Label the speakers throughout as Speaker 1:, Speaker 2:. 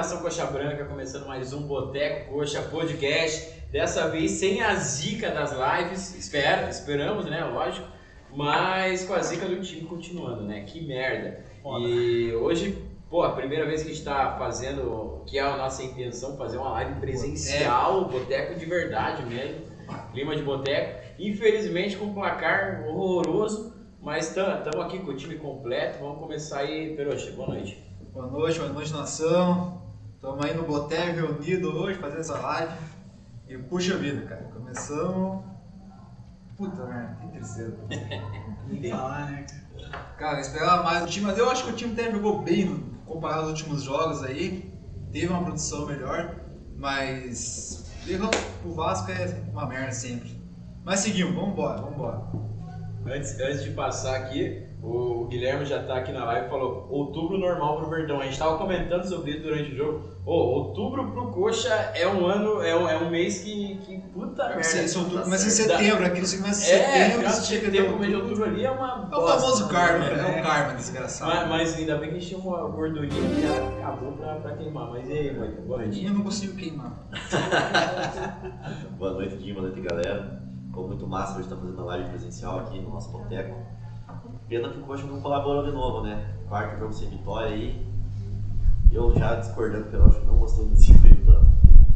Speaker 1: Saudação Coxa Branca, começando mais um Boteco Coxa Podcast. Dessa vez sem a zica das lives, espero, esperamos, né? Lógico. Mas com a zica do time continuando, né? Que merda.
Speaker 2: Foda.
Speaker 1: E hoje, pô, a primeira vez que a gente tá fazendo, que é a nossa intenção, fazer uma live presencial, boteco de verdade mesmo, clima de boteco. Infelizmente com um placar horroroso, mas estamos aqui com o time completo. Vamos começar aí, Peroxa, boa noite.
Speaker 2: Boa noite, boa noite nação. Estamos aí no Boteco reunido hoje, fazendo essa live. E puxa vida, cara. Começamos. Puta merda, que tristeza.
Speaker 3: Nem falar, né?
Speaker 2: Cara, eu esperava mais do time, mas eu acho que o time até jogou bem no- comparado aos últimos jogos aí. Teve uma produção melhor, mas. Errou pro Vasco é uma merda sempre. Mas seguimos, vambora, vambora.
Speaker 1: Antes, antes de passar aqui, o Guilherme já tá aqui na live e falou: outubro normal pro Verdão. A gente tava comentando sobre isso durante o jogo. Ô, outubro pro Coxa é um ano, é um, é um mês que, que puta merda.
Speaker 2: Esse, esse outubro
Speaker 1: Tá
Speaker 2: começa É em
Speaker 1: certo.
Speaker 2: setembro, aquele que começa em
Speaker 1: É,
Speaker 2: setembro,
Speaker 1: final de
Speaker 2: chega
Speaker 1: setembro,
Speaker 2: de
Speaker 1: começo de outubro ali é uma
Speaker 2: É o
Speaker 1: bosta.
Speaker 2: famoso karma, é
Speaker 3: É.
Speaker 2: o karma desgraçado.
Speaker 1: Mas, mas ainda bem que a gente tinha uma gordurinha que já acabou pra, pra queimar. Mas e aí, mano? Boa noite.
Speaker 2: Eu não consigo queimar.
Speaker 4: Boa noite, Gui. Boa noite, galera. Ficou muito massa hoje estar fazendo a live presencial aqui no nosso boteco. Pena que o Coxa não colaborou de novo, né? Quarto jogo sem vitória aí. Eu já discordando pelo acho que não gostei do desempenho da-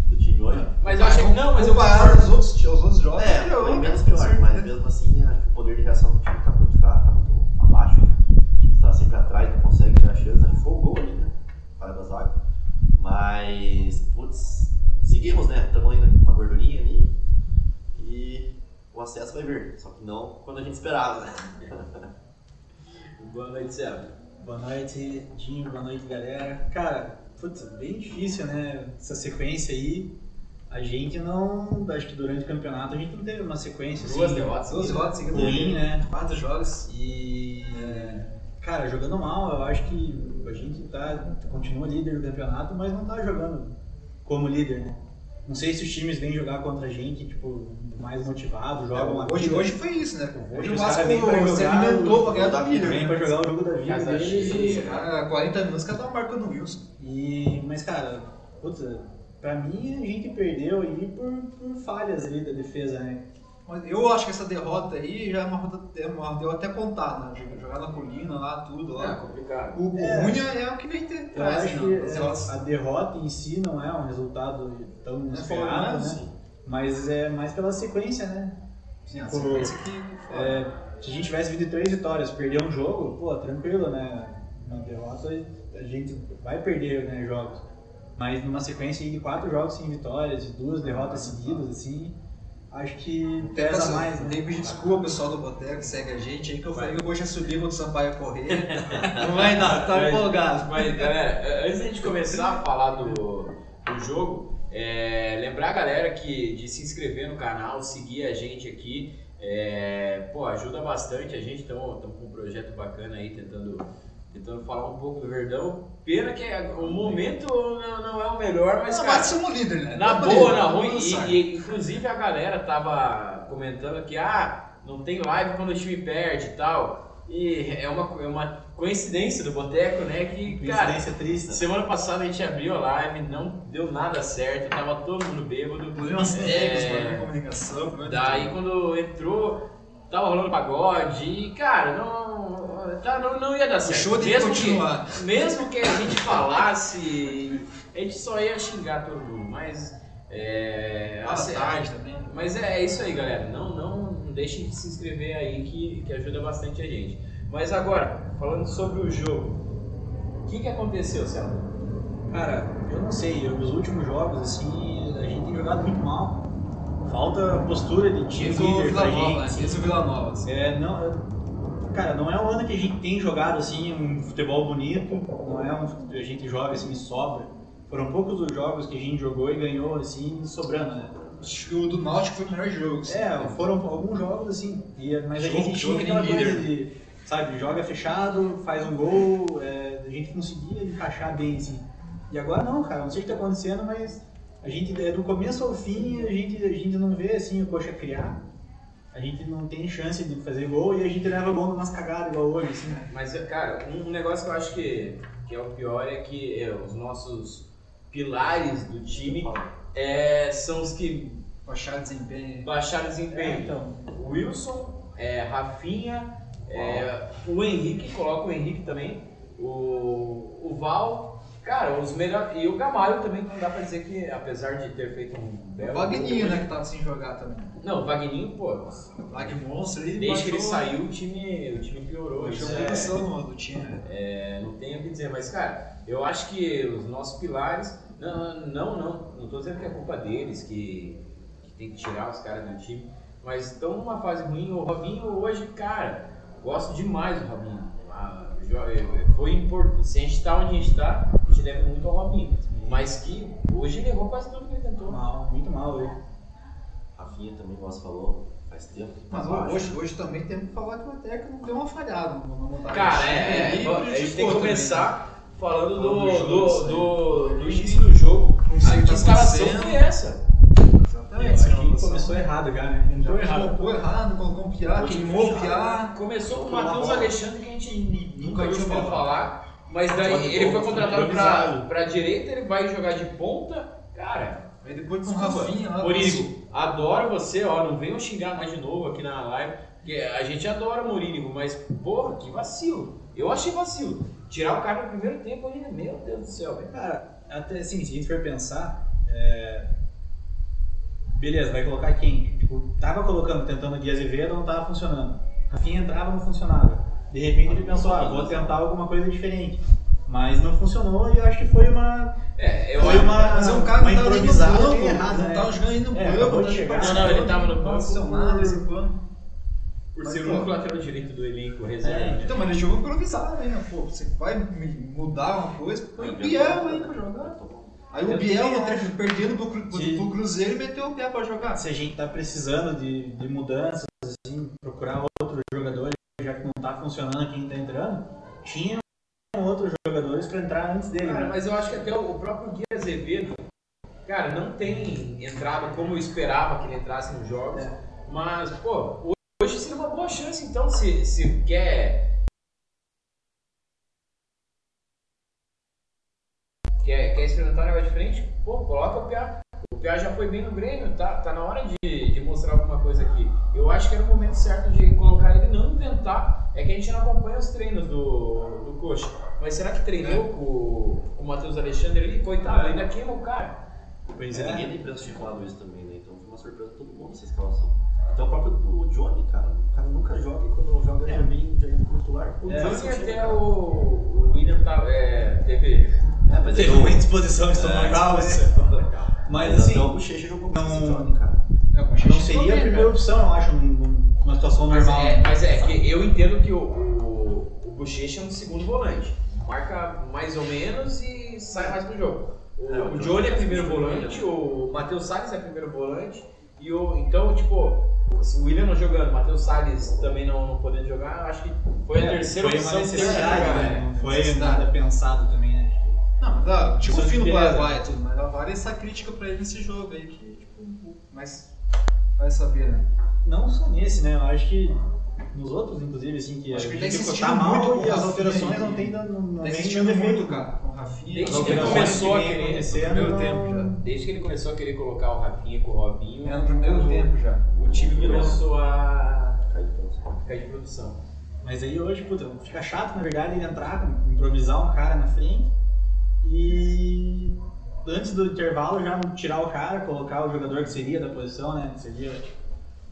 Speaker 4: do time hoje.
Speaker 1: Mas eu achei. Não, mas eu
Speaker 2: Comparado aos outros, aos outros jogos,
Speaker 4: É,
Speaker 2: eu-
Speaker 4: foi menos pior, mas mesmo assim acho que o poder de reação do time tá muito fraco, tá muito abaixo. né? O time tá sempre atrás, não consegue criar chance. Acho que foi o gol ali, né? Falha da zaga. Mas, putz, seguimos, né? Estamos ainda com a gordurinha ali. E o acesso vai vir. Só que não quando a gente esperava, né?
Speaker 1: Boa noite, Sérgio.
Speaker 3: Boa noite, Dinho, boa noite, galera. Cara, putz, bem difícil, né? Essa sequência aí. A gente não. Acho que durante o campeonato a gente não teve uma sequência assim.
Speaker 1: Duas derrotas.
Speaker 2: 12 rodas seguidas.
Speaker 3: Ruim, né?
Speaker 2: Quatro jogos.
Speaker 3: E. é, Cara, jogando mal, eu acho que a gente tá, continua líder do campeonato, mas não tá jogando como líder, né? Não sei se os times vêm jogar contra a gente, tipo, mais motivado, jogam uma
Speaker 2: É, hoje,
Speaker 3: vida.
Speaker 2: hoje foi isso, né? pô? Hoje o
Speaker 3: os
Speaker 2: Vasco
Speaker 3: caras vêm pra
Speaker 2: se
Speaker 3: jogar,
Speaker 2: alimentou pra ganhar da vida. né?
Speaker 3: Vem pra jogar o jogo da vida né?
Speaker 1: Casa
Speaker 3: deles e-
Speaker 1: cheia.
Speaker 2: Cara, 40 minutos cada um marca no Wilson.
Speaker 3: E, mas, cara, puta, pra mim a gente perdeu aí por, por falhas ali da defesa, né?
Speaker 2: Mas Eu acho que essa derrota aí já é uma, derrota é uma derrota até contada, né? Jogar na colina lá, tudo
Speaker 1: É
Speaker 2: lá.
Speaker 1: complicado.
Speaker 2: O, o
Speaker 3: É.
Speaker 2: ruim é o que vem ter
Speaker 3: Eu
Speaker 2: atrás,
Speaker 3: acho
Speaker 2: né?
Speaker 3: que
Speaker 2: As
Speaker 3: é,
Speaker 2: derrotas.
Speaker 3: a derrota em si não é um resultado tão
Speaker 2: Não é
Speaker 3: inesperado, né?
Speaker 2: favorável,
Speaker 3: Mas é mais pela sequência, né?
Speaker 2: Sim, a
Speaker 3: Tipo,
Speaker 2: sequência que foi.
Speaker 3: É, se a gente tivesse vindo de três vitórias, perder um jogo, pô, tranquilo, né? Uma derrota a gente vai perder, né, jogos. Mas numa sequência aí de quatro jogos sem vitórias, e duas derrotas seguidas, assim, acho que
Speaker 2: Até
Speaker 3: pesa
Speaker 2: peço-
Speaker 3: mais, né?
Speaker 2: Dei pedir desculpa, pessoal do Boteco, que segue a gente aí, que eu falei que eu vou já subir contra o Sampaio correr. Não vai dar, tá
Speaker 1: Mas-
Speaker 2: empolgado.
Speaker 1: Mas galera, antes da gente começar a falar do, do jogo, é, lembrar a galera que de se inscrever no canal, seguir a gente aqui. é, pô, ajuda bastante a gente, estamos com um projeto bacana aí tentando, tentando falar um pouco do Verdão. Pena que é- o momento não, não é o melhor, mas
Speaker 2: Mas
Speaker 1: cara,
Speaker 2: bate somos líder, né?
Speaker 1: na
Speaker 2: Tamo
Speaker 1: boa,
Speaker 2: líder,
Speaker 1: na
Speaker 2: tamo
Speaker 1: ruim.
Speaker 2: lançado.
Speaker 1: E, e, inclusive a galera tava comentando que ah, não tem live quando o time perde e tal. E é uma, é uma coincidência do Boteco, né? Que, cara,
Speaker 3: Coincidência triste.
Speaker 1: semana passada a gente abriu a live, não deu nada certo, tava todo mundo bêbado.
Speaker 2: Problemas
Speaker 1: É,
Speaker 2: técnicos, problemas de comunicação, né? problemas de
Speaker 1: Daí
Speaker 2: tudo.
Speaker 1: quando entrou, tava rolando pagode e, cara, não, tá, não, não ia dar
Speaker 2: o
Speaker 1: certo.
Speaker 2: show tem que
Speaker 1: Mesmo que-
Speaker 2: continuar.
Speaker 1: mesmo que a gente falasse, a gente só ia xingar todo mundo, mas é,
Speaker 2: Passa
Speaker 1: a tarde.
Speaker 2: tarde também.
Speaker 1: Mas é, é isso aí, galera. Não, não deixem de se inscrever aí que, que ajuda bastante a gente. Mas agora, falando sobre o jogo, o que, que aconteceu, Celso?
Speaker 3: Cara, eu não sei, eu- nos últimos jogos, assim, a gente tem jogado muito mal. Falta postura de time
Speaker 2: Diz o
Speaker 3: líder pra
Speaker 2: Vila Nova,
Speaker 3: gente.
Speaker 2: diz o Vila Nova. assim.
Speaker 3: É, não, é- cara, não é um ano que a gente tem jogado, assim, um futebol bonito, não é um fute- a gente joga, assim, sobra. Foram poucos os jogos que a gente jogou e ganhou, assim, sobrando, né?
Speaker 2: Acho que o do Náutico foi o melhor jogo. assim.
Speaker 3: É, foram alguns jogos, assim, e- mas a
Speaker 2: Jogo-
Speaker 3: gente
Speaker 2: jogo
Speaker 3: tinha aquela
Speaker 2: de
Speaker 3: coisa
Speaker 2: líder.
Speaker 3: de, sabe, joga fechado, faz um gol, é, a gente conseguia encaixar bem, assim. E agora não, cara, não sei o que tá acontecendo, mas a gente, é do começo ao fim, a gente, a gente não vê, assim, o Coxa criar, a gente não tem chance de fazer gol e a gente leva gol numas cagadas igual hoje, assim.
Speaker 1: Mas, cara, um um negócio que eu acho que, que é o pior é que é, os nossos pilares do time é, são os que
Speaker 2: Baixar desempenho.
Speaker 1: baixaram o
Speaker 3: É,
Speaker 1: desempenho.
Speaker 3: então.
Speaker 1: O Wilson, é, Rafinha, é, o Henrique, coloca o Henrique também, o, o Val, cara, os melhores. E o Gamalho também, não dá pra dizer que, apesar de ter feito um
Speaker 2: O
Speaker 1: belo.
Speaker 2: Vagninho, né, que tava sem jogar também.
Speaker 1: Não, o Vagninho, pô,
Speaker 2: Lag um Monstro, ele
Speaker 1: desde que ele
Speaker 2: baixou-
Speaker 1: saiu, o time, o time piorou.
Speaker 2: Baixou
Speaker 1: isso
Speaker 2: a
Speaker 1: é-
Speaker 2: produção do- do time, né?
Speaker 1: É, não tenho o que dizer, mas cara, eu acho que os nossos pilares. Não, não, não. Não tô dizendo que é culpa deles, que, que tem que tirar os caras do time. Mas estão numa fase ruim. O Robinho hoje, cara, gosto demais do Robinho. Ah, jo- eh, Foi importante. Se a gente tá onde a gente tá, a gente deve muito ao Robinho. Mas que hoje ele errou quase tudo que ele
Speaker 2: então.
Speaker 1: tentou.
Speaker 3: Mal, muito mal né? hoje.
Speaker 4: Rafinha também, como você falou, faz tempo. que tá
Speaker 2: Mas
Speaker 4: baixo.
Speaker 2: hoje, hoje também temos que falar que o Atlético não deu uma falhada no- na montagem.
Speaker 1: Cara, é,
Speaker 2: Ele
Speaker 1: é, a gente tem
Speaker 2: prejudicou
Speaker 1: que
Speaker 2: também, né?
Speaker 1: começar falando do,
Speaker 2: Falando do jogo,
Speaker 1: do, do, do início do jogo.
Speaker 2: Não sei o
Speaker 1: A
Speaker 2: que tá
Speaker 1: instalação
Speaker 2: acontecendo.
Speaker 1: foi essa.
Speaker 2: Exatamente.
Speaker 3: Acho
Speaker 2: essa
Speaker 3: que
Speaker 2: produção.
Speaker 3: começou errado já, né?
Speaker 2: Então,
Speaker 3: Entrou
Speaker 2: ele
Speaker 3: errado.
Speaker 2: Colocou errado, colocou um piá,
Speaker 4: Hoje
Speaker 2: queimou o
Speaker 4: fechado.
Speaker 2: piá.
Speaker 1: Começou com o
Speaker 4: Tocou na
Speaker 1: Matheus
Speaker 4: bola.
Speaker 1: Alexandre, que a gente ni- nunca
Speaker 2: Nunca
Speaker 1: ouviu
Speaker 2: tinha ouvido
Speaker 1: falar. Mas
Speaker 4: Só
Speaker 1: daí
Speaker 4: de
Speaker 1: ele
Speaker 4: gol,
Speaker 1: foi contratado pra,
Speaker 4: improvisado.
Speaker 1: pra direita, ele vai jogar de ponta. Cara,
Speaker 2: Aí depois com o
Speaker 1: Desculpa,
Speaker 2: Rafinha lá.
Speaker 1: Morínigo, adoro você, ó. Não venham xingar mais de novo aqui na live. Porque a gente adora o Morínigo, mas, porra, que vacilo. Eu achei vacilo. Tirar o cara no primeiro tempo ali, meu Deus do céu, velho.
Speaker 3: Cara, até assim, se a gente for pensar, é, beleza, vai colocar quem? Tipo, tava colocando, tentando Dias Azevedo, não tava funcionando. Rafinha entrava, não funcionava. De repente ele pensou, ah, vou tentar alguma coisa diferente. Mas não funcionou e eu acho que foi uma.
Speaker 1: É, eu
Speaker 3: Foi
Speaker 1: acho.
Speaker 3: uma,
Speaker 2: Mas é um cara
Speaker 3: uma
Speaker 2: que tava indo no
Speaker 3: improvisada
Speaker 2: banco,
Speaker 3: errada,
Speaker 2: não
Speaker 3: né?
Speaker 2: tava jogando aí no
Speaker 3: É,
Speaker 2: banco,
Speaker 3: acabou
Speaker 2: não
Speaker 3: de chegar.
Speaker 1: Não, não, ele tava no banco.
Speaker 2: Posicionado, esse pano.
Speaker 1: Por
Speaker 2: Mas,
Speaker 1: ser
Speaker 2: ó.
Speaker 1: o único lateral direito do elenco reserva.
Speaker 3: É,
Speaker 1: né?
Speaker 2: Então, mas ele jogou improvisado aí, né? Pô, você vai me mudar uma coisa, põe
Speaker 4: Tá
Speaker 2: o Biel aí um
Speaker 4: né?
Speaker 2: pra jogar. Aí o
Speaker 3: Eu
Speaker 2: Biel,
Speaker 3: também
Speaker 2: né, perdendo pro, cru- pro-
Speaker 3: Sim.
Speaker 2: pro Cruzeiro, meteu o pé pra jogar.
Speaker 3: Se a gente tá precisando de, de mudanças, assim, procurar outros jogadores, já que não tá funcionando quem tá entrando, tinha outros jogadores pra entrar antes dele.
Speaker 1: Cara,
Speaker 3: né?
Speaker 1: mas eu acho que até o próprio Gui Azevedo, cara, não tem entrado como eu esperava que ele entrasse nos jogos. Mas, pô, ho- hoje seria uma boa chance, então, se, se quer. Quer, quer experimentar um negócio diferente? Pô, coloca o Piá. O Piá já foi bem no Grêmio, tá, tá na hora de, de mostrar alguma coisa aqui. Eu acho que era o momento certo de colocar ele, não inventar. É que a gente não acompanha os treinos do, do Coxa. Mas será que treinou com, o- com o Matheus Alexandre ali? Coitado, ainda queima o cara.
Speaker 3: Pois
Speaker 4: É. Ninguém tem pensa tinha falado isso também, né? Então foi uma surpresa pra todo mundo essa escalação. Até assim. Então, o próprio do Johnny, cara. O cara nunca joga e quando joga ele
Speaker 3: É.
Speaker 4: já vem já entra como titular.
Speaker 1: O
Speaker 3: É,
Speaker 1: Johnny
Speaker 4: assim,
Speaker 1: até
Speaker 4: cara.
Speaker 1: o, o William tá, é, teve
Speaker 4: É, mas
Speaker 3: Teve
Speaker 4: ele
Speaker 3: uma indisposição estomacal,
Speaker 4: né?
Speaker 3: isso. É, Mas assim,
Speaker 4: Então o Bochecha jogou com esse
Speaker 3: não-
Speaker 4: Johnny, cara.
Speaker 3: não seria a primeira opção, eu acho, num- numa situação
Speaker 1: Mas
Speaker 3: normal.
Speaker 1: é, mas é que eu entendo que o, o, o Bochecha é um segundo volante. Marca mais ou menos e sai mais pro jogo. O,
Speaker 4: É, o
Speaker 1: o
Speaker 4: Johnny
Speaker 1: Johnny é
Speaker 4: tá
Speaker 1: primeiro
Speaker 4: segundo
Speaker 1: volante, o Matheus Salles é primeiro volante. E o, então, tipo, se o William não jogando, o Matheus Salles também não, não podendo jogar, eu acho que foi a
Speaker 3: É,
Speaker 1: terceira
Speaker 3: foi uma
Speaker 1: opção ter que
Speaker 3: necessidade,
Speaker 1: jogar,
Speaker 3: né? Não foi
Speaker 2: Necessidade.
Speaker 3: nada pensado também, né?
Speaker 2: Não, mas dá, tipo o
Speaker 3: Isso
Speaker 2: fim do
Speaker 3: beleza.
Speaker 2: Paraguai e tudo, mas dá vale essa crítica pra ele nesse jogo aí, que, tipo, mas vai saber, né?
Speaker 3: Não só nesse, né? Eu acho que nos outros, inclusive, assim, que
Speaker 2: Acho que
Speaker 3: a
Speaker 2: ele tá
Speaker 3: gente
Speaker 2: insistindo
Speaker 3: tá
Speaker 2: muito com
Speaker 3: mal e
Speaker 2: o
Speaker 3: as
Speaker 2: Rafinha
Speaker 3: alterações
Speaker 2: aí.
Speaker 3: não tem dado- não
Speaker 2: Tá
Speaker 3: tem
Speaker 2: insistindo
Speaker 3: nenhum
Speaker 2: muito,
Speaker 3: defeito.
Speaker 2: cara, com o Rafinha.
Speaker 1: Desde
Speaker 3: As
Speaker 1: que
Speaker 2: Rafinha
Speaker 1: ele
Speaker 3: alterações que
Speaker 1: começou a
Speaker 3: vem
Speaker 1: querer-
Speaker 3: acontecendo.
Speaker 2: primeiro tempo já.
Speaker 1: Desde que ele começou a querer colocar o Rafinha com o Robinho,
Speaker 2: É no
Speaker 1: Uhum.
Speaker 2: primeiro tempo já.
Speaker 1: o time começou a
Speaker 4: Caiu então, assim. pelos palcos.
Speaker 1: cair de produção.
Speaker 3: Mas aí hoje, puta, fica chato, na verdade, ele entrar, improvisar um cara na frente e antes do intervalo já não tirar o cara, colocar o jogador que seria da posição, né? que Seria.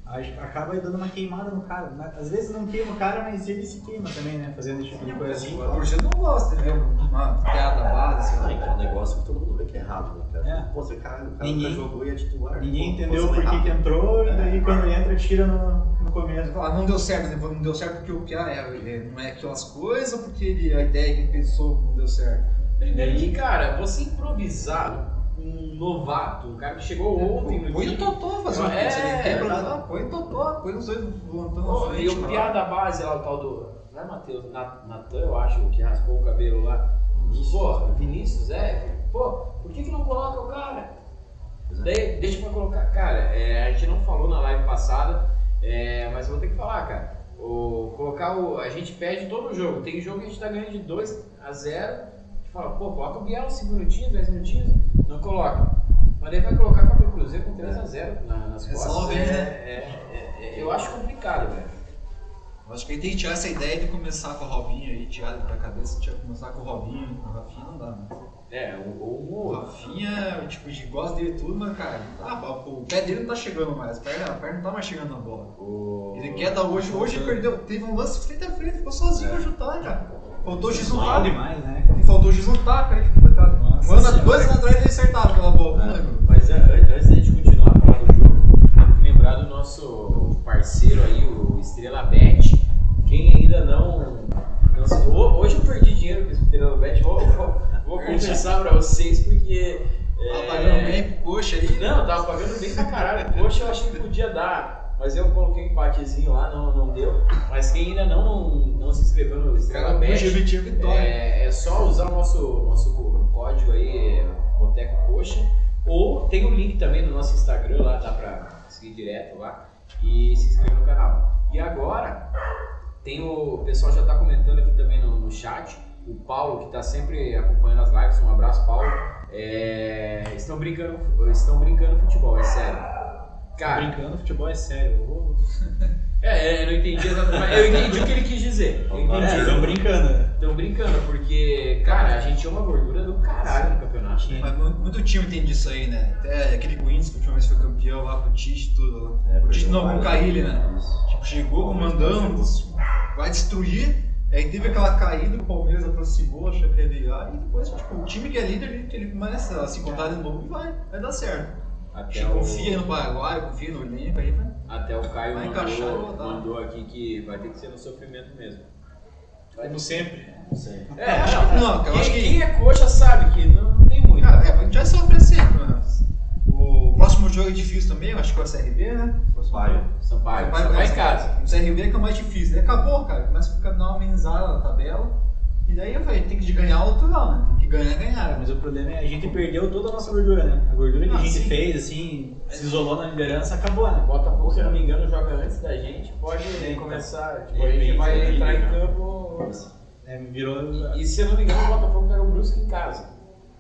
Speaker 3: Aí Acaba dando uma queimada no cara. Na- Às vezes não queima o cara, mas ele se queima também, né? Fazendo esse tipo de coisa assim.
Speaker 2: A torcida não gosta de ver uma piada lá, sei
Speaker 4: Ah,
Speaker 2: lá.
Speaker 4: então é um negócio que todo mundo vê que é errado, né, cara?
Speaker 3: É.
Speaker 4: Pô, você cara, o cara
Speaker 3: Ninguém-
Speaker 4: nunca jogou e é titular.
Speaker 3: Ninguém
Speaker 4: Pô,
Speaker 3: entendeu
Speaker 4: pô,
Speaker 3: por
Speaker 4: você É,
Speaker 3: que, que
Speaker 4: errado.
Speaker 3: entrou, e daí quando entra, tira no, no começo.
Speaker 2: Ah, não deu certo, né? não deu certo porque o Pia é, é- não é aquelas coisas, ou porque ele, a ideia que ele pensou não deu certo.
Speaker 1: Primeiro que, cara, você improvisar um novato, um cara que chegou ontem no
Speaker 2: Põe
Speaker 1: time,
Speaker 2: o Totó fazer uma
Speaker 1: É,
Speaker 2: coisa, ele
Speaker 1: é
Speaker 2: quer
Speaker 1: verdade.
Speaker 2: provar, põe o Totó, põe os dois volantão
Speaker 1: Pô,
Speaker 2: na
Speaker 1: e
Speaker 2: frente.
Speaker 1: o piá da base lá, o tal do. Não é Matheus, Na- Natan, eu acho, que raspou o cabelo lá. Pô, Vinícius, é. Pô, por que, que não coloca o cara?
Speaker 4: Pois é.
Speaker 1: Daí, deixa pra colocar. Cara, é, a gente não falou na live passada, é, mas eu vou ter que falar, cara. O, colocar o. A gente perde todo jogo. Tem jogo que a gente tá ganhando de 2 a 0. Fala, pô, coloca o Biel 5 minutinhos, 10 minutinhos. Não coloca. Mas daí vai colocar contra o Cruzeiro com 3x0 nas costas.
Speaker 2: Resolve,
Speaker 1: é,
Speaker 2: né?
Speaker 1: é- é- é- eu acho complicado, velho.
Speaker 2: Eu acho que ele tem que tirar essa ideia de começar com o Robinho aí, tirar da cabeça, tirar, começar com o Robinho, com o Rafinha não dá, né?
Speaker 1: É, ou, ou um ou
Speaker 2: O
Speaker 1: outro.
Speaker 2: Rafinha, tipo, a gente gosta dele tudo, mas cara, não dá, pô, o pé dele não tá chegando mais, a perna, a perna não tá mais chegando na bola.
Speaker 1: O-
Speaker 2: Ele quer dar hoje, hoje ele perdeu, teve um lance frente a frente, ficou sozinho pra chutar, cara. Faltou X no
Speaker 3: É. Mal
Speaker 2: taco,
Speaker 3: demais, né?
Speaker 2: e faltou X no taco, aí fica, cara.
Speaker 3: Nossa
Speaker 2: Um ano,
Speaker 3: senhora.
Speaker 2: dois anos atrás ele acertava aquela bola, não
Speaker 1: Ah,
Speaker 2: lembro.
Speaker 1: Mas é, an- antes da gente continuar a falar do jogo, temos que lembrar do nosso parceiro aí, o Estrela Bet. Quem ainda não. não se- Ho- hoje eu perdi dinheiro com esse Estrela Bet, vou, vou, vou confessar pra vocês porque.
Speaker 2: Tá
Speaker 1: é,
Speaker 2: pagando bem, poxa aí.
Speaker 1: Não, tava pagando bem pra caralho. Poxa, eu achei que podia dar. Mas eu coloquei um empatezinho lá, não, não deu. Mas quem ainda não, não, não se inscreveu no Estrela
Speaker 3: um
Speaker 2: Cara, o
Speaker 1: Bet.
Speaker 2: objetivo é vitória.
Speaker 1: É, é só usar o nosso, nosso código aí, Boteco Coxa. Ou tem o link também no nosso Instagram lá, dá pra seguir direto lá e se inscrever no canal. E agora, tem o, o pessoal já tá comentando aqui também no, no chat. O Paulo, que tá sempre acompanhando as lives, um abraço, Paulo. É, estão, brincando, estão brincando futebol, é sério. Cara,
Speaker 3: Brincando, futebol é sério. Eu vou-
Speaker 1: é, é, eu não entendi exatamente, mas eu entendi o que ele quis dizer. Eu entendi.
Speaker 3: É, tão brincando.
Speaker 1: Estão brincando, porque, cara, a gente é uma gordura do caralho no campeonato. né?
Speaker 2: Mas mu- muito time tem disso aí, né? Até aquele Corinthians que ultimamente foi campeão lá com o Tite, tudo lá.
Speaker 4: é,
Speaker 2: o Tite não, com o Caíli, né? Tipo, chegou comandando, vai destruir. Aí teve aquela caída, o Palmeiras aproximou, achou que ia virar, e depois, tipo, o time que é líder, ele, ele começa a se encontrar de novo e vai, vai dar certo.
Speaker 1: Até
Speaker 2: Tipo, confia
Speaker 1: É o,
Speaker 2: no Paraguai, confia no Olímpico, aí vai.
Speaker 1: até o Caio
Speaker 2: Vai encaixar e
Speaker 1: mandou,
Speaker 2: rodar.
Speaker 1: mandou aqui que vai ter que ser no sofrimento mesmo.
Speaker 3: Como sempre.
Speaker 4: Não sei.
Speaker 1: É,
Speaker 2: Eu acho que- não, cara, eu
Speaker 1: quem,
Speaker 2: acho que-
Speaker 1: quem é coxa sabe que não, não tem muito.
Speaker 2: Cara, é, a gente vai sofrer sempre, mano. O próximo jogo é difícil também, eu acho que é o CRB, né?
Speaker 4: Vai.
Speaker 1: Sampaio,
Speaker 2: Vai-
Speaker 1: Sampaio
Speaker 2: vai-
Speaker 1: em casa.
Speaker 2: O CRB é que é o mais difícil. Daí acabou, cara. Começa a ficar dar uma amenizada na tabela. E daí eu falei, tem que ganhar outro não, né? Tem que ganhar, ganhar.
Speaker 3: Mas o problema é que a gente perdeu toda a nossa gordura, né? A gordura que
Speaker 2: Ah,
Speaker 3: a gente
Speaker 2: sim.
Speaker 3: fez, assim, se isolou na liderança, acabou, né?
Speaker 1: Botafogo, se eu não me engano, joga antes da gente. Pode
Speaker 3: Sim,
Speaker 2: então.
Speaker 1: começar.
Speaker 4: de
Speaker 1: Tipo, a gente
Speaker 4: repente,
Speaker 1: vai
Speaker 4: né,
Speaker 1: entrar em
Speaker 4: liga.
Speaker 1: campo.
Speaker 3: É, virou.
Speaker 1: E se eu não me engano, o Botafogo pega o Brusque em casa.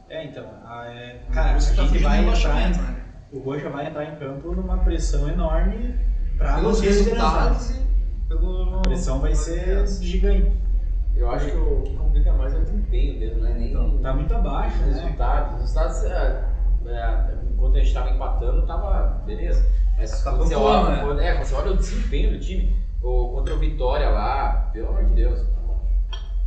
Speaker 3: É, então. a- é, cara, a
Speaker 2: Você tá
Speaker 3: gente
Speaker 2: fugindo
Speaker 3: vai
Speaker 2: do
Speaker 3: entrar,
Speaker 2: rebaixamento, né?
Speaker 3: o Bocha vai entrar em campo numa pressão enorme pra
Speaker 2: Pelos
Speaker 3: manter a liderança.
Speaker 2: resultados e pelo.
Speaker 3: A pressão vai ser gigante.
Speaker 1: Eu acho que o que complica mais é o desempenho mesmo, né? Nem,
Speaker 2: Então,
Speaker 3: Tá muito abaixo, né?
Speaker 1: Resultados. Os resultados, é, é, enquanto a gente estava empatando, tava beleza. Mas
Speaker 2: Tá
Speaker 1: quando, você
Speaker 2: pontuando,
Speaker 1: olha,
Speaker 2: né?
Speaker 1: quando- é, quando você olha o desempenho do time, ou contra o Vitória lá, pelo amor de Deus.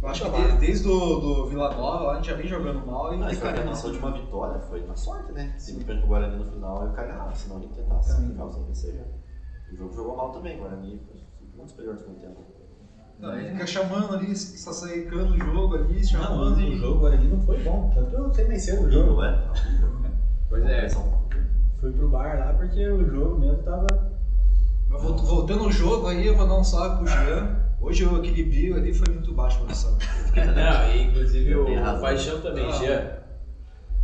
Speaker 2: Eu acho que desde, desde o do Vila Nova lá a gente já vem jogando mal e
Speaker 4: Mas cara, a
Speaker 2: declarando Ah,
Speaker 4: nossa
Speaker 2: é nossa
Speaker 4: última vitória foi na sorte, né? Se me perde o Guarani no final, eu cagava, senão ele tentasse
Speaker 2: Também.
Speaker 4: ficar sem vencer já. O jogo jogou mal também, o Guarani foi muito superior no segundo tempo.
Speaker 2: Não, ele fica chamando ali, só sacando o jogo ali,
Speaker 3: Não,
Speaker 2: chamando
Speaker 3: o
Speaker 2: e.
Speaker 3: jogo agora ali não foi bom. Tanto eu sei mais cedo o jogo.
Speaker 4: Não é?
Speaker 1: Pois é,
Speaker 4: São-
Speaker 3: Fui pro bar lá porque o jogo mesmo tava.
Speaker 2: Mas volt- Voltando ao jogo aí, eu vou dar um salve pro Jean. Hoje o equilíbrio ali foi muito baixo pra noção.
Speaker 1: Não, e inclusive
Speaker 4: Tem
Speaker 1: o
Speaker 4: razão.
Speaker 1: Paixão também,
Speaker 2: Ah.
Speaker 1: Jean.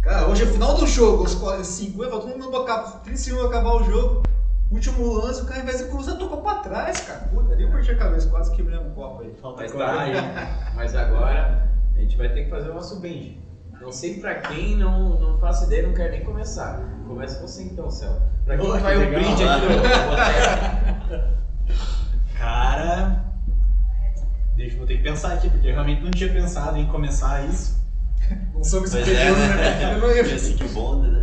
Speaker 2: Cara, hoje é o final do jogo, os 50, faltando um minuto pra acabar- 30 segundos pra acabar o jogo. Último lance, o cara ao invés de cruzar, tocou pra trás, cara. Puta, ali eu perdi a cabeça, quase quebrei um copo aí.
Speaker 3: Falta
Speaker 1: Mas, tá,
Speaker 3: coragem.
Speaker 1: mas agora a gente vai ter que fazer o nosso binge. Não sei pra quem, não, não faço ideia, não quero nem começar. Começa você então, Céu. Pra quem
Speaker 3: Boa,
Speaker 1: que vai
Speaker 3: que
Speaker 1: o
Speaker 3: legal.
Speaker 1: brinde aqui do Boteco?
Speaker 3: Cara. Deixa eu vou ter que pensar aqui, porque eu realmente não tinha pensado em começar isso.
Speaker 2: Não soube se
Speaker 4: Pois
Speaker 2: perdeu,
Speaker 4: é,
Speaker 2: né? Eu não
Speaker 4: né?
Speaker 2: ia-
Speaker 4: Esse que bom, né?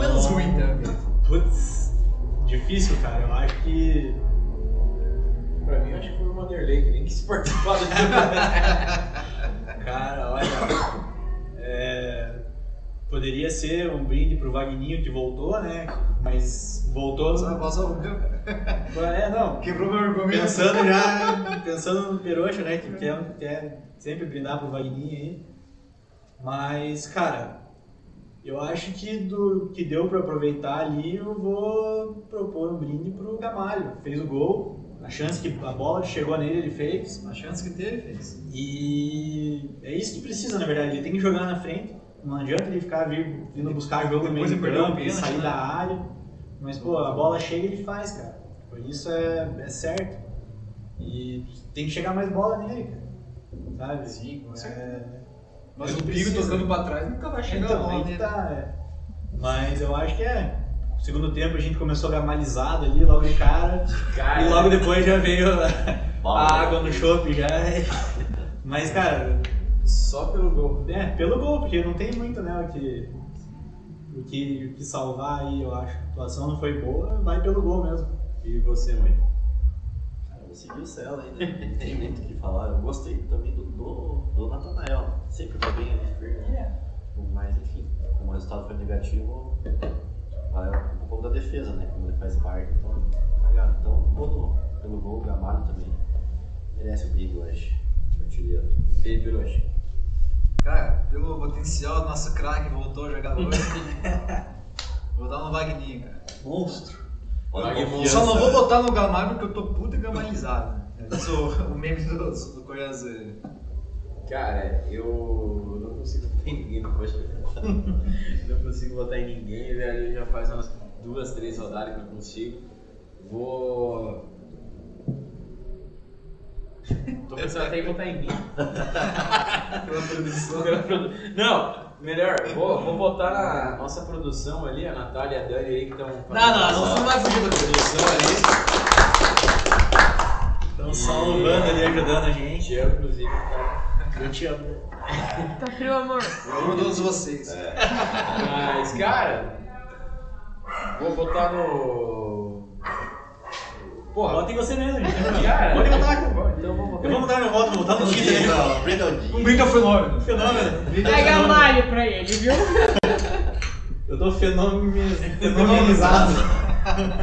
Speaker 2: Menos ruim né? também.
Speaker 3: Putz, difícil, cara. Eu acho que.
Speaker 1: Pra mim, acho que foi o Vanderlei que nem quis participar do
Speaker 3: Cara, olha. é, poderia ser um brinde pro Vagninho que voltou, né? Mas voltou.
Speaker 2: Nossa, nossa, eu-
Speaker 3: É, não.
Speaker 2: Quebrou meu argumento.
Speaker 3: Pensando já, pensando no Peroxa, né, que quer, quer sempre brindar pro Vagninho aí. Mas, cara, eu acho que do que deu pra aproveitar ali, eu vou propor um brinde pro Gamalho. Fez o gol, a chance que a bola chegou nele, ele fez.
Speaker 2: A chance que teve, fez.
Speaker 3: E é isso que precisa, na verdade. Ele tem que jogar na frente. Não adianta ele ficar vir- vindo buscar jogo no meio
Speaker 2: Depois
Speaker 3: do
Speaker 2: ele perdeu o
Speaker 3: campo, e
Speaker 2: pênalti,
Speaker 3: sair
Speaker 2: né?
Speaker 3: da área. Mas, pô, a bola chega e ele faz, cara. Por isso é, é certo. E tem que chegar mais bola nele, cara. Sabe?
Speaker 2: Sim, com
Speaker 3: É,
Speaker 2: Mas
Speaker 3: Não
Speaker 2: o Pigo
Speaker 3: precisa.
Speaker 2: tocando pra trás nunca vai chegar
Speaker 3: Então,
Speaker 2: lá,
Speaker 3: aí que
Speaker 2: né?
Speaker 3: tá, é. Mas eu acho que é. No segundo tempo a gente começou a gamalizado ali, logo de cara.
Speaker 1: Cara,
Speaker 3: E logo depois já veio a,
Speaker 4: Bala.
Speaker 3: a água no chopp já. é. Mas, cara,
Speaker 1: só pelo gol.
Speaker 3: é, pelo gol, porque não tem muito, né, o que, o que, o que salvar aí, eu acho. A atuação não foi boa, vai pelo gol mesmo.
Speaker 1: E você, mãe?
Speaker 4: Cara, eu segui o Cela ainda, não tem muito o que falar. Eu gostei também do, do, do Natanael, sempre foi bem ali firme. né? Mas enfim, como o resultado foi negativo, vai um pouco da defesa, né? Como ele faz parte, então cagado. Então botou pelo gol, o Gamalho também. Merece o big, eu acho. Artilheiro.
Speaker 1: Ei, Piroche.
Speaker 2: Cara, pelo potencial, nosso craque voltou a jogar hoje. vou dar um Vagninho, cara.
Speaker 3: Monstro.
Speaker 4: Olha a
Speaker 1: Wagner
Speaker 4: confiança.
Speaker 2: Só não vou botar no Gamalho porque eu tô puto e gamalizado. né? É, Eu sou o meme do, do é, Corinthians Azueira.
Speaker 1: Cara, eu não consigo botar em ninguém no coxa. não consigo botar em ninguém, velho. Já faz umas duas, três rodadas que eu não consigo. Vou. Tô pensando até em botar em mim.
Speaker 2: Pela produção.
Speaker 1: Pela produ- Não, melhor, vou, vou botar na nossa produção ali, a Natália e a Dani aí que estão.
Speaker 2: Não, não, não vai fugir da
Speaker 1: Produção ali.
Speaker 3: Então salvando ali, ajudando a gente.
Speaker 1: Te amo, inclusive. tá cara.
Speaker 3: Eu te amo.
Speaker 5: Tá frio, amor.
Speaker 2: Eu amo todos vocês.
Speaker 1: Mas, cara, vou botar no. Porra,
Speaker 3: Bota em você mesmo, gente.
Speaker 1: Cara,
Speaker 3: Pode votar, cara.
Speaker 1: Então vamos
Speaker 3: Eu vou mudar meu voto, vou votar
Speaker 4: Tá
Speaker 3: no
Speaker 4: no
Speaker 3: Twitter.
Speaker 4: dia,
Speaker 3: né?
Speaker 4: não. Prenda o dia.
Speaker 2: Um brinca fenômeno.
Speaker 3: Fenômeno.
Speaker 5: Pega malho pra ele, viu?
Speaker 3: Eu tô fenomenis- fenomenizado.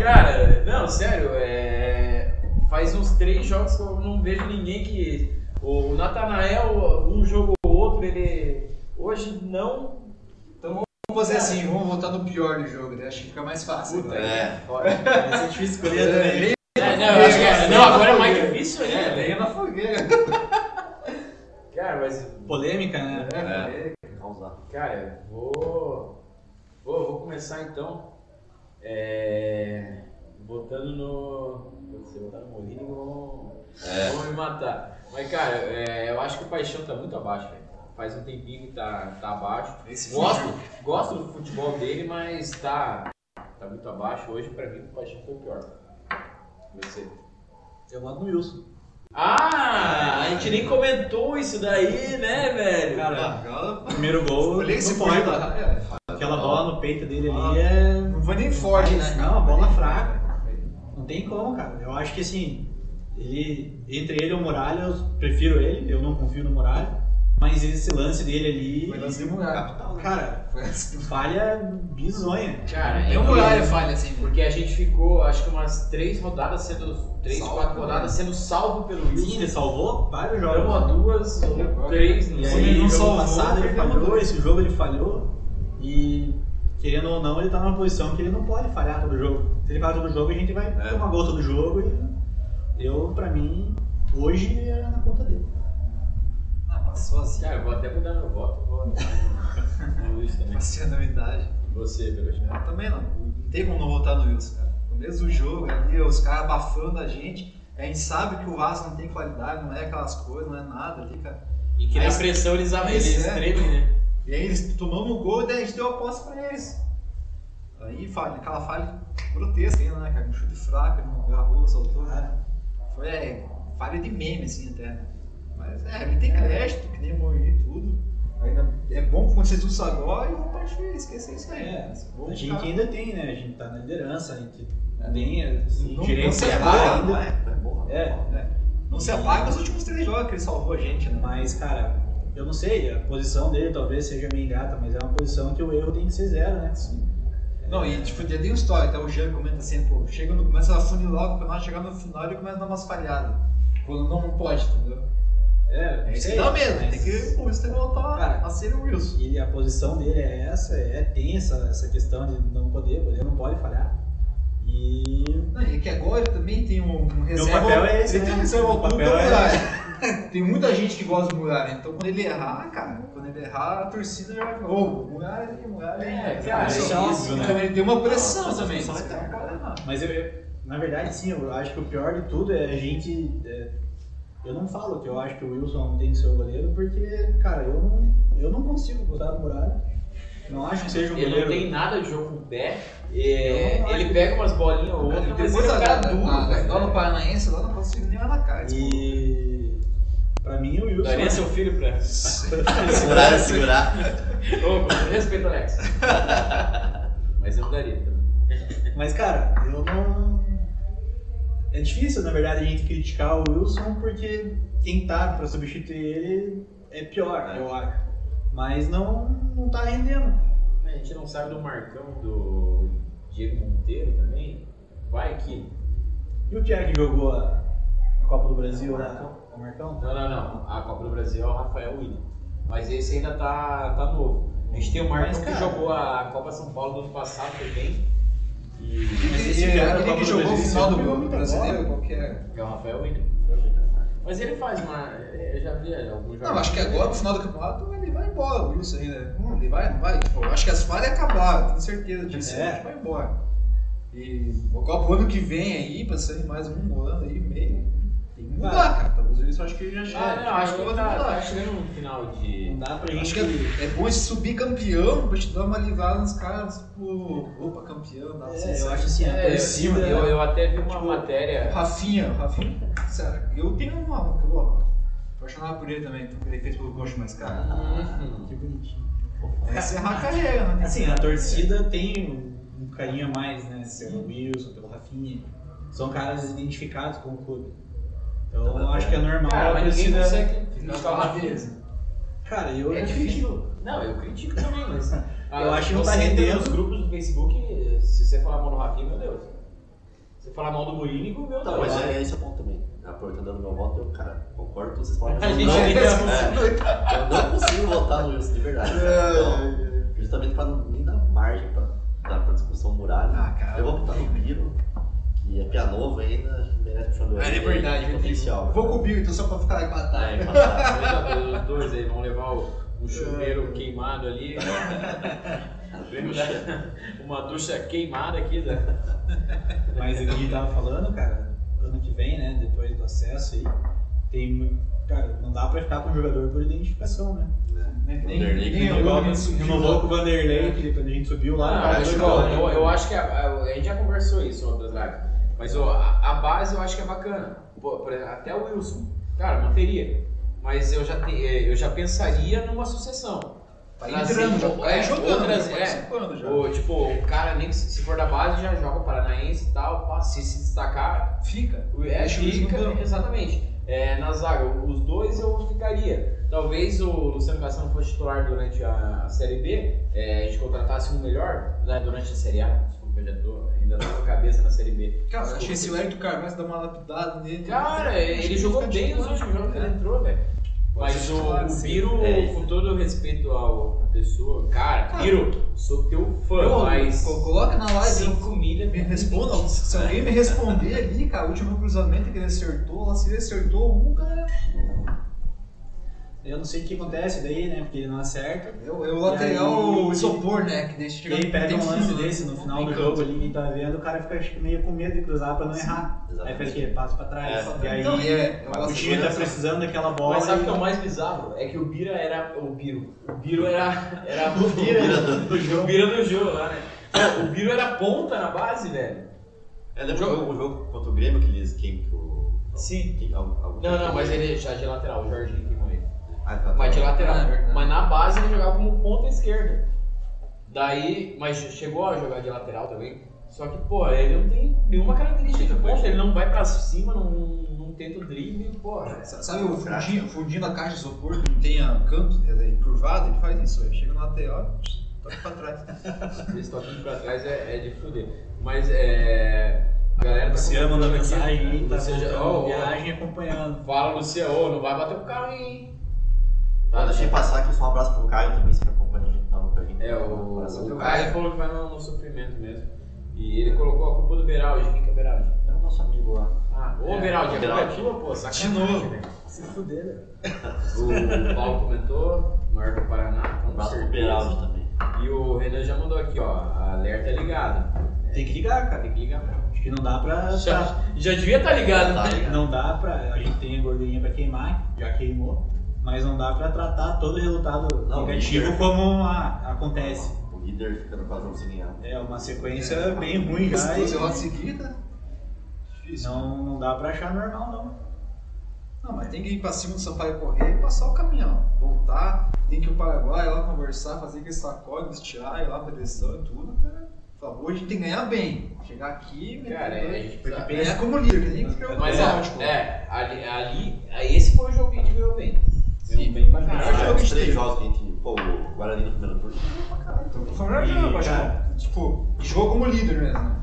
Speaker 1: Cara, não, sério, é... faz uns três jogos que eu não vejo ninguém que. O Natanael, um jogo ou outro, ele. Hoje não.
Speaker 2: Vamos fazer assim, vamos voltar no pior do jogo, né? Acho que fica mais fácil.
Speaker 1: Puta,
Speaker 2: né?
Speaker 4: É.
Speaker 3: Vai ser difícil escolher
Speaker 2: É,
Speaker 3: também.
Speaker 2: lenha-
Speaker 1: É, não,
Speaker 2: eu acho que é- não,
Speaker 1: agora é mais difícil
Speaker 2: é, lenha na fogueira. né?
Speaker 1: Cara, mas.
Speaker 3: Polêmica, né?
Speaker 2: É,
Speaker 4: Causar.
Speaker 1: Cara, vou. Vou, vou começar então. É. Botando no. Você botar no Molina e vão. Vão me matar. Mas, cara, é, eu acho que o paixão tá muito abaixo, velho. Faz um tempinho que tá, tá abaixo.
Speaker 2: Esse
Speaker 1: Gosto, gosto do futebol dele, mas tá, tá muito abaixo. Hoje, pra mim, o Paixão foi o pior. Você.
Speaker 3: Eu voto no Wilson.
Speaker 1: Ah, a gente nem comentou isso daí, né, velho?
Speaker 3: Cara,
Speaker 2: Agora,
Speaker 3: primeiro gol.
Speaker 2: olhei esse
Speaker 3: não
Speaker 2: fone
Speaker 3: pode.
Speaker 2: lá. é,
Speaker 3: Aquela bola no peito dele
Speaker 2: Ah.
Speaker 3: ali é.
Speaker 2: Não foi nem forte, né?
Speaker 3: Não, a bola fraca. Não tem como, cara. Eu acho que assim, ele. Entre ele e o Muralha, eu prefiro ele, eu não confio no Muralha. Mas esse lance dele ali.
Speaker 2: Foi lance de muralha.
Speaker 3: capital, cara,
Speaker 2: Foi assim.
Speaker 3: falha bizonha.
Speaker 1: Cara,
Speaker 2: Tem um muralha falha assim.
Speaker 1: Porque a gente ficou, acho que umas três rodadas sendo. Três,
Speaker 2: Salvo, né?
Speaker 1: quatro rodadas sendo salvo pelo
Speaker 3: Sim,
Speaker 1: Wilson.
Speaker 3: ele salvou vários jogos.
Speaker 1: Jogamos a duas né? ou
Speaker 2: Agora.
Speaker 1: três, não
Speaker 3: E
Speaker 2: Sim,
Speaker 3: aí,
Speaker 1: sei. um
Speaker 2: não
Speaker 3: no jogo
Speaker 2: salvou,
Speaker 3: passado ele
Speaker 2: perdeu
Speaker 3: falhou,
Speaker 2: dois.
Speaker 3: esse jogo ele falhou. E, querendo ou não, ele tá numa posição que ele não pode falhar todo jogo. Se ele falhar todo jogo, a gente vai
Speaker 4: É.
Speaker 3: tomar gol todo jogo. E eu, pra mim, hoje é na conta dele.
Speaker 2: Ah, passou assim.
Speaker 1: Cara, É, eu vou até mudar meu voto. Vou no no É, Luiz também.
Speaker 2: Passei na idade.
Speaker 1: Você, Perucho.
Speaker 2: Eu também não. Não tem como não voltar no Wilson, cara. No mesmo jogo ali, os caras abafando a gente. A gente sabe que o Vasco não tem qualidade, não é aquelas coisas, não é nada ali, cara.
Speaker 1: E que na
Speaker 2: Mas-
Speaker 1: pressão eles,
Speaker 2: Mas
Speaker 1: eles
Speaker 2: é.
Speaker 1: tremem, né?
Speaker 2: E aí eles tomamos o gol e daí a gente deu a posse pra eles. Aí falha, aquela falha grotesca ainda, né, cara? Um chute fraco, ele não agarrou, soltou. né? Foi é, falha de meme, assim, até. né? Mas é, ele tem crédito, que nem o Mourinho e tudo. Ainda é bom com o Jesus agora e o Pache esquecer isso aí. né?
Speaker 3: É,
Speaker 2: Bom,
Speaker 3: a gente
Speaker 2: cara.
Speaker 3: ainda tem, né? A gente tá na liderança, a gente tem assim,
Speaker 2: Não- não
Speaker 3: direito de
Speaker 2: se
Speaker 3: errar
Speaker 2: apaga,
Speaker 3: ainda.
Speaker 4: É, é boa.
Speaker 3: É.
Speaker 2: Não se apaga os últimos três jogos que ele salvou a gente, né?
Speaker 3: Mas, cara, eu não sei, a posição dele talvez seja meio ingrata, mas é uma posição que o erro tem que ser zero, né?
Speaker 2: Não, e tipo, já tem uma história, até o Jean comenta assim, pô, chega no, começa a funilar o campeonato, chegar no final ele começa a dar umas falhadas. Quando não pode, entendeu?
Speaker 3: É, não
Speaker 2: É isso que
Speaker 3: sei,
Speaker 2: dá medo,
Speaker 3: mas-
Speaker 2: tem que, pô, isso tem que voltar
Speaker 3: Cara,
Speaker 2: a ser o Wilson.
Speaker 3: E a posição dele é essa, é tem essa, essa questão de não poder, ele não pode falhar. E
Speaker 2: Não, e é que agora ele também tem um, um reserva.
Speaker 3: papel é esse,
Speaker 2: ele tem um
Speaker 3: né?
Speaker 2: reserva
Speaker 3: Meu
Speaker 2: oculto, que é
Speaker 3: papel
Speaker 2: o
Speaker 3: é-
Speaker 2: Muralha. tem muita gente que gosta do Muralha, então quando ele errar, cara, quando ele errar, a torcida já vai falar, ô, Muralha, Muralha.
Speaker 1: É,
Speaker 2: Então,
Speaker 1: cara,
Speaker 3: isso é óbvio, né?
Speaker 2: Então ele tem uma pressão
Speaker 4: Nossa,
Speaker 2: também.
Speaker 4: pressão
Speaker 2: isso um
Speaker 4: é
Speaker 2: que não pode errar.
Speaker 3: mas eu, eu- na verdade sim, eu acho que o pior de tudo é a gente é, Eu não falo que eu acho que o Wilson tem que ser o goleiro, porque, cara, eu não, eu não consigo gostar do Muralha. Não acho que seja um
Speaker 1: Ele não
Speaker 3: goleiro.
Speaker 1: tem nada de jogo com o pé.
Speaker 3: Eu
Speaker 1: É,
Speaker 3: não
Speaker 1: ele
Speaker 3: acho.
Speaker 1: pega umas bolinhas ou
Speaker 2: Ele
Speaker 1: outra, mas
Speaker 2: precisa
Speaker 1: ele é um cara
Speaker 2: da-
Speaker 1: duro,
Speaker 2: da-
Speaker 1: velho.
Speaker 2: Igual no Paranaense, lá não consigo nem atacar. desculpa.
Speaker 3: E pra mim o Wilson. é-
Speaker 1: Daria seu filho pra.
Speaker 4: Segurar, segurar.
Speaker 1: Ô, com respeito, Alex. Mas eu não daria também.
Speaker 3: Mas cara, eu não. É difícil, na verdade, a gente criticar o Wilson porque quem tá pra substituir ele é pior, eu acho. Mas não, não tá rendendo.
Speaker 1: É, A gente não sabe do Marcão, do Diego Monteiro também. Vai aqui.
Speaker 3: E o Pierre que jogou a, a Copa do Brasil, né? O Marcão?
Speaker 1: Não, não, não. A Copa do Brasil é o Rafael William. Mas esse ainda tá, tá novo. A gente tem o Marcão
Speaker 3: Mas,
Speaker 1: que
Speaker 3: cara-
Speaker 1: jogou a Copa São Paulo do ano passado também. E
Speaker 2: Aquele-
Speaker 3: esse cara da
Speaker 2: Aquele
Speaker 3: Copa
Speaker 2: que
Speaker 3: do
Speaker 2: jogou o
Speaker 3: Brasil
Speaker 2: final do
Speaker 3: sempre jogou muita
Speaker 2: brasileiro,
Speaker 3: bola.
Speaker 2: qual que é?
Speaker 1: é o Rafael William.
Speaker 4: então, né?
Speaker 1: Mas ele faz uma. é, Eu já vi alguns jogos.
Speaker 2: Não, acho que agora, no final do campeonato, ele vai embora, o Wilson ainda. Hum, ele vai, não vai? Tipo, eu acho que as falhas acabaram, tenho certeza disso.
Speaker 3: É.
Speaker 2: Ele vai embora. E o Copa, o ano que vem aí, passando em mais um ano aí, meio. Tem que mudar, cara. Talvez o Wilson acho que ele já é, chega.
Speaker 1: Ah, não, acho que
Speaker 2: vai
Speaker 1: ele tá,
Speaker 2: mudar.
Speaker 1: tá chegando no final
Speaker 3: Não
Speaker 1: de.
Speaker 3: dá pra gente.
Speaker 2: Acho que é, é bom esse subir campeão pra te dar uma livrada nos caras, tipo, opa, campeão, dá pra
Speaker 3: É,
Speaker 2: você
Speaker 3: eu acho assim, a
Speaker 1: É, eu,
Speaker 3: torcida.
Speaker 1: eu, eu até vi uma
Speaker 3: Tipo,
Speaker 1: matéria.
Speaker 2: Rafinha, Rafinha, sério, eu tenho uma, uma que eu vou apaixonar por ele também, porque ele fez pelo coxo mais caro.
Speaker 1: Uhum.
Speaker 3: Que bonitinho.
Speaker 2: É encerrar a carreira, né?
Speaker 3: Assim, a torcida tem um- um carinho a mais, né? Pelo Wilson, pelo Rafinha. São caras identificados com o clube. Então eu acho que é normal.
Speaker 1: Tá Cara,
Speaker 3: a
Speaker 1: mas ninguém
Speaker 3: torcida...
Speaker 1: consegue
Speaker 2: Tem que
Speaker 1: criticar o
Speaker 2: falar
Speaker 1: Rafinha.
Speaker 2: deles.
Speaker 3: Cara, eu
Speaker 2: tá É
Speaker 3: já
Speaker 2: difícil.
Speaker 3: critico.
Speaker 1: Não, eu critico também, mas. ah,
Speaker 3: Eu acho que não tá
Speaker 1: você entra
Speaker 3: rendendo.
Speaker 1: Nos grupos do Facebook, se você falar mal do Rafinha, meu Deus. Se você falar mal do Murínigo,
Speaker 3: Tá,
Speaker 1: meu
Speaker 4: Não,
Speaker 1: Deus.
Speaker 4: mas é, é esse é o ponto também. Aportando meu voto, eu, cara, concordo com vocês falam.
Speaker 1: A
Speaker 2: É
Speaker 1: gente
Speaker 4: não,
Speaker 1: ainda-
Speaker 2: um
Speaker 4: Eu não consigo votar no Wilson de verdade. Então, justamente pra não nem dar margem pra, pra, pra discussão muralha.
Speaker 2: Ah, cara.
Speaker 4: Eu vou votar no Biro, que é pia novo ainda, acho que merece puxar do
Speaker 2: É, é verdade, eu
Speaker 4: potencial.
Speaker 2: tenho- Vou com o Bill, então só pra ficar
Speaker 4: Tá, é
Speaker 2: empatado.
Speaker 4: empatar.
Speaker 1: Coitado, Os dois aí vão levar o, o
Speaker 3: É.
Speaker 1: chuveiro queimado ali.
Speaker 4: Puxa.
Speaker 1: Uma ducha queimada aqui. né? Da...
Speaker 3: Mas o que tava falando, cara, ano que vem, né? Depois do acesso aí, tem. mu- Cara, não dá pra ficar com o jogador por identificação, né?
Speaker 2: Nem-
Speaker 4: Vanderlei que
Speaker 1: é
Speaker 2: nem eu,
Speaker 4: renovou-
Speaker 2: eu não subi,
Speaker 3: Renovou com
Speaker 2: não.
Speaker 3: o Vanderlei, que quando a gente subiu lá.
Speaker 1: Ah,
Speaker 3: cara,
Speaker 1: mas,
Speaker 3: jogou,
Speaker 1: ó,
Speaker 3: né?
Speaker 1: eu, eu acho que a, a- a gente já conversou isso em outras lives. Mas ó, a, a base eu acho que é bacana. Pô, por exemplo, até o Wilson, cara, manteria. Mas eu já, te- eh, eu já pensaria numa sucessão.
Speaker 2: Tá
Speaker 1: Trazer-
Speaker 2: entrando, já tá
Speaker 1: é,
Speaker 2: jogando,
Speaker 1: outras-
Speaker 2: já
Speaker 1: é,
Speaker 2: participando já.
Speaker 1: Ou, tipo, o cara, nem que se, se for da base, já joga o Paranaense e tal. pá, Se se destacar,
Speaker 2: Fica.
Speaker 1: o- é
Speaker 2: Deixa o Luiz no
Speaker 1: fica,
Speaker 2: banco.
Speaker 1: exatamente. É, na zaga, os dois eu ficaria. Talvez o Luciano Cassano fosse titular durante a Série B, é, a gente contratasse um melhor né, durante a Série A. Desculpa, eu já tô, ainda tô com a cabeça na Série B.
Speaker 2: Cara, eu
Speaker 1: Desculpa.
Speaker 2: achei esse Wellington Carvalho dar uma lapidada nele.
Speaker 1: Cara, ele
Speaker 2: tá
Speaker 1: jogou bem nos últimos jogos né? que ele entrou, velho. Mas o, o Biro,
Speaker 4: É.
Speaker 1: com todo o respeito ao à pessoa, cara,
Speaker 2: Ah.
Speaker 1: Biro, sou teu fã,
Speaker 2: Ô,
Speaker 1: mas.
Speaker 2: co- Coloca na live, eu
Speaker 1: 5 milha
Speaker 2: Me respondam, se alguém me responder ali, cara, o último cruzamento que ele acertou, lá, se ele acertou um, cara,
Speaker 3: Eu não sei o que acontece daí, né? Porque ele não acerta.
Speaker 2: eu, eu é lateral
Speaker 3: aí-
Speaker 2: isopor, né, que deixa
Speaker 3: E aí pega um lance desse no final do jogo
Speaker 2: ali.
Speaker 3: ali, quem tá vendo, o cara fica acho que, meio com medo de cruzar pra não errar. Aí faz o
Speaker 4: Exatamente.
Speaker 3: quê? Passa pra trás.
Speaker 4: É.
Speaker 3: E aí
Speaker 2: Então, é, eu
Speaker 3: o
Speaker 2: gosto
Speaker 3: time tá
Speaker 2: dessa.
Speaker 3: precisando daquela bola.
Speaker 1: Mas sabe o
Speaker 3: e-
Speaker 1: assim, que é o mais bizarro? É que o Bira era. O Biro. O Biro era. Era o
Speaker 3: Vira
Speaker 1: Bira.
Speaker 3: do
Speaker 1: O
Speaker 3: jogo.
Speaker 1: Bira do jogo lá, né? O Biro era ponta na base, velho.
Speaker 4: É, lembra o jogo, o jogo contra o Grêmio que eles quem que o.
Speaker 1: Sim.
Speaker 4: Quem, algum, algum-
Speaker 1: Não, não, mas ele já de lateral, o Jorginho queimou ele.
Speaker 4: Ah, tá, tá.
Speaker 1: Mas de lateral.
Speaker 2: Ah, é verdade.
Speaker 1: mas na base ele jogava como ponta esquerda. Daí. Mas chegou a jogar de lateral também. Só que, pô, ele não tem nenhuma característica de ponta. Ele não vai pra cima, não, não tenta o drible, pô.
Speaker 2: Sa- Sabe o fundinho, o fundinho da caixa de isopor que não tem a canto, é, é curvado, ele faz isso, ele chega na lateral, toca pra trás.
Speaker 1: Eles tocando pra trás é, é de fuder. Mas é. A galera tá
Speaker 3: Luciano mandou
Speaker 1: comentando aqui,
Speaker 3: mensagem aí, tá
Speaker 1: Luciano já-
Speaker 3: voltando
Speaker 1: ó, ó,
Speaker 3: de viagem acompanhando.
Speaker 1: Fala, Luciano, ô, não vai bater o carro aí, hein?
Speaker 4: Ah, deixei passar aqui só um abraço pro Caio também, sempre acompanha a gente, tava com a gente. Um
Speaker 1: É, o,
Speaker 4: Coração
Speaker 1: o
Speaker 4: do
Speaker 1: Caio falou que vai no, no sofrimento mesmo. E ele colocou a culpa do Beraldi. Quem que é o Beraldi?
Speaker 4: É o nosso amigo lá.
Speaker 1: Ah, ô
Speaker 4: É,
Speaker 1: Beraldi, a culpa é
Speaker 4: Beraldi.
Speaker 1: tua, pô,
Speaker 2: De
Speaker 1: sacanagem.
Speaker 2: novo.
Speaker 1: né?
Speaker 3: Se fuder, né?
Speaker 1: O Paulo comentou, maior do Paraná, com
Speaker 4: Um abraço pro
Speaker 1: certeza.
Speaker 4: Beraldi também.
Speaker 1: E o Renan já mandou aqui, ó. Alerta ligado.
Speaker 3: Tem que ligar, cara.
Speaker 1: Tem que ligar mesmo.
Speaker 3: Acho que não dá pra.
Speaker 1: Já, já devia estar ligado,
Speaker 4: Tá
Speaker 1: né?
Speaker 4: ligado.
Speaker 3: Não dá pra. A gente tem a gordurinha pra queimar, já queimou, mas não dá pra tratar todo o resultado
Speaker 4: Não,
Speaker 3: negativo
Speaker 4: líder.
Speaker 3: como a-
Speaker 4: É
Speaker 3: acontece.
Speaker 4: O líder ficando quase sem ganhar.
Speaker 3: É uma sequência bem ruim já.
Speaker 2: Duas
Speaker 3: e
Speaker 2: derrotas seguidas? Difícil.
Speaker 3: Não, não dá pra achar normal, não.
Speaker 2: Não, Ah, mas tem que ir pra cima do Sampaio correr e passar o caminhão. Voltar, tem que ir pro Paraguai lá conversar, fazer aquele sacode, tirar, ir lá pra direção e tudo, cara. Por favor, a gente tem que ganhar bem. Chegar aqui,
Speaker 1: Cara, é, a gente
Speaker 2: Porque
Speaker 1: precisa...
Speaker 2: ganhar como líder, que nem que ganhar
Speaker 1: Mas
Speaker 2: o
Speaker 1: ó, é, ali, ali, aí esse foi o jogo que a gente ganhou bem. Ganhou bem pra
Speaker 4: Ah,
Speaker 2: melhor jogo
Speaker 1: caralho.
Speaker 4: os
Speaker 2: que
Speaker 4: três
Speaker 2: teve.
Speaker 4: jogos que a gente. Pô, o Guarani no primeiro turno.
Speaker 2: Foi o melhor jogo,
Speaker 3: E,
Speaker 2: acho.
Speaker 3: cara,
Speaker 2: que, Tipo, jogo como líder mesmo.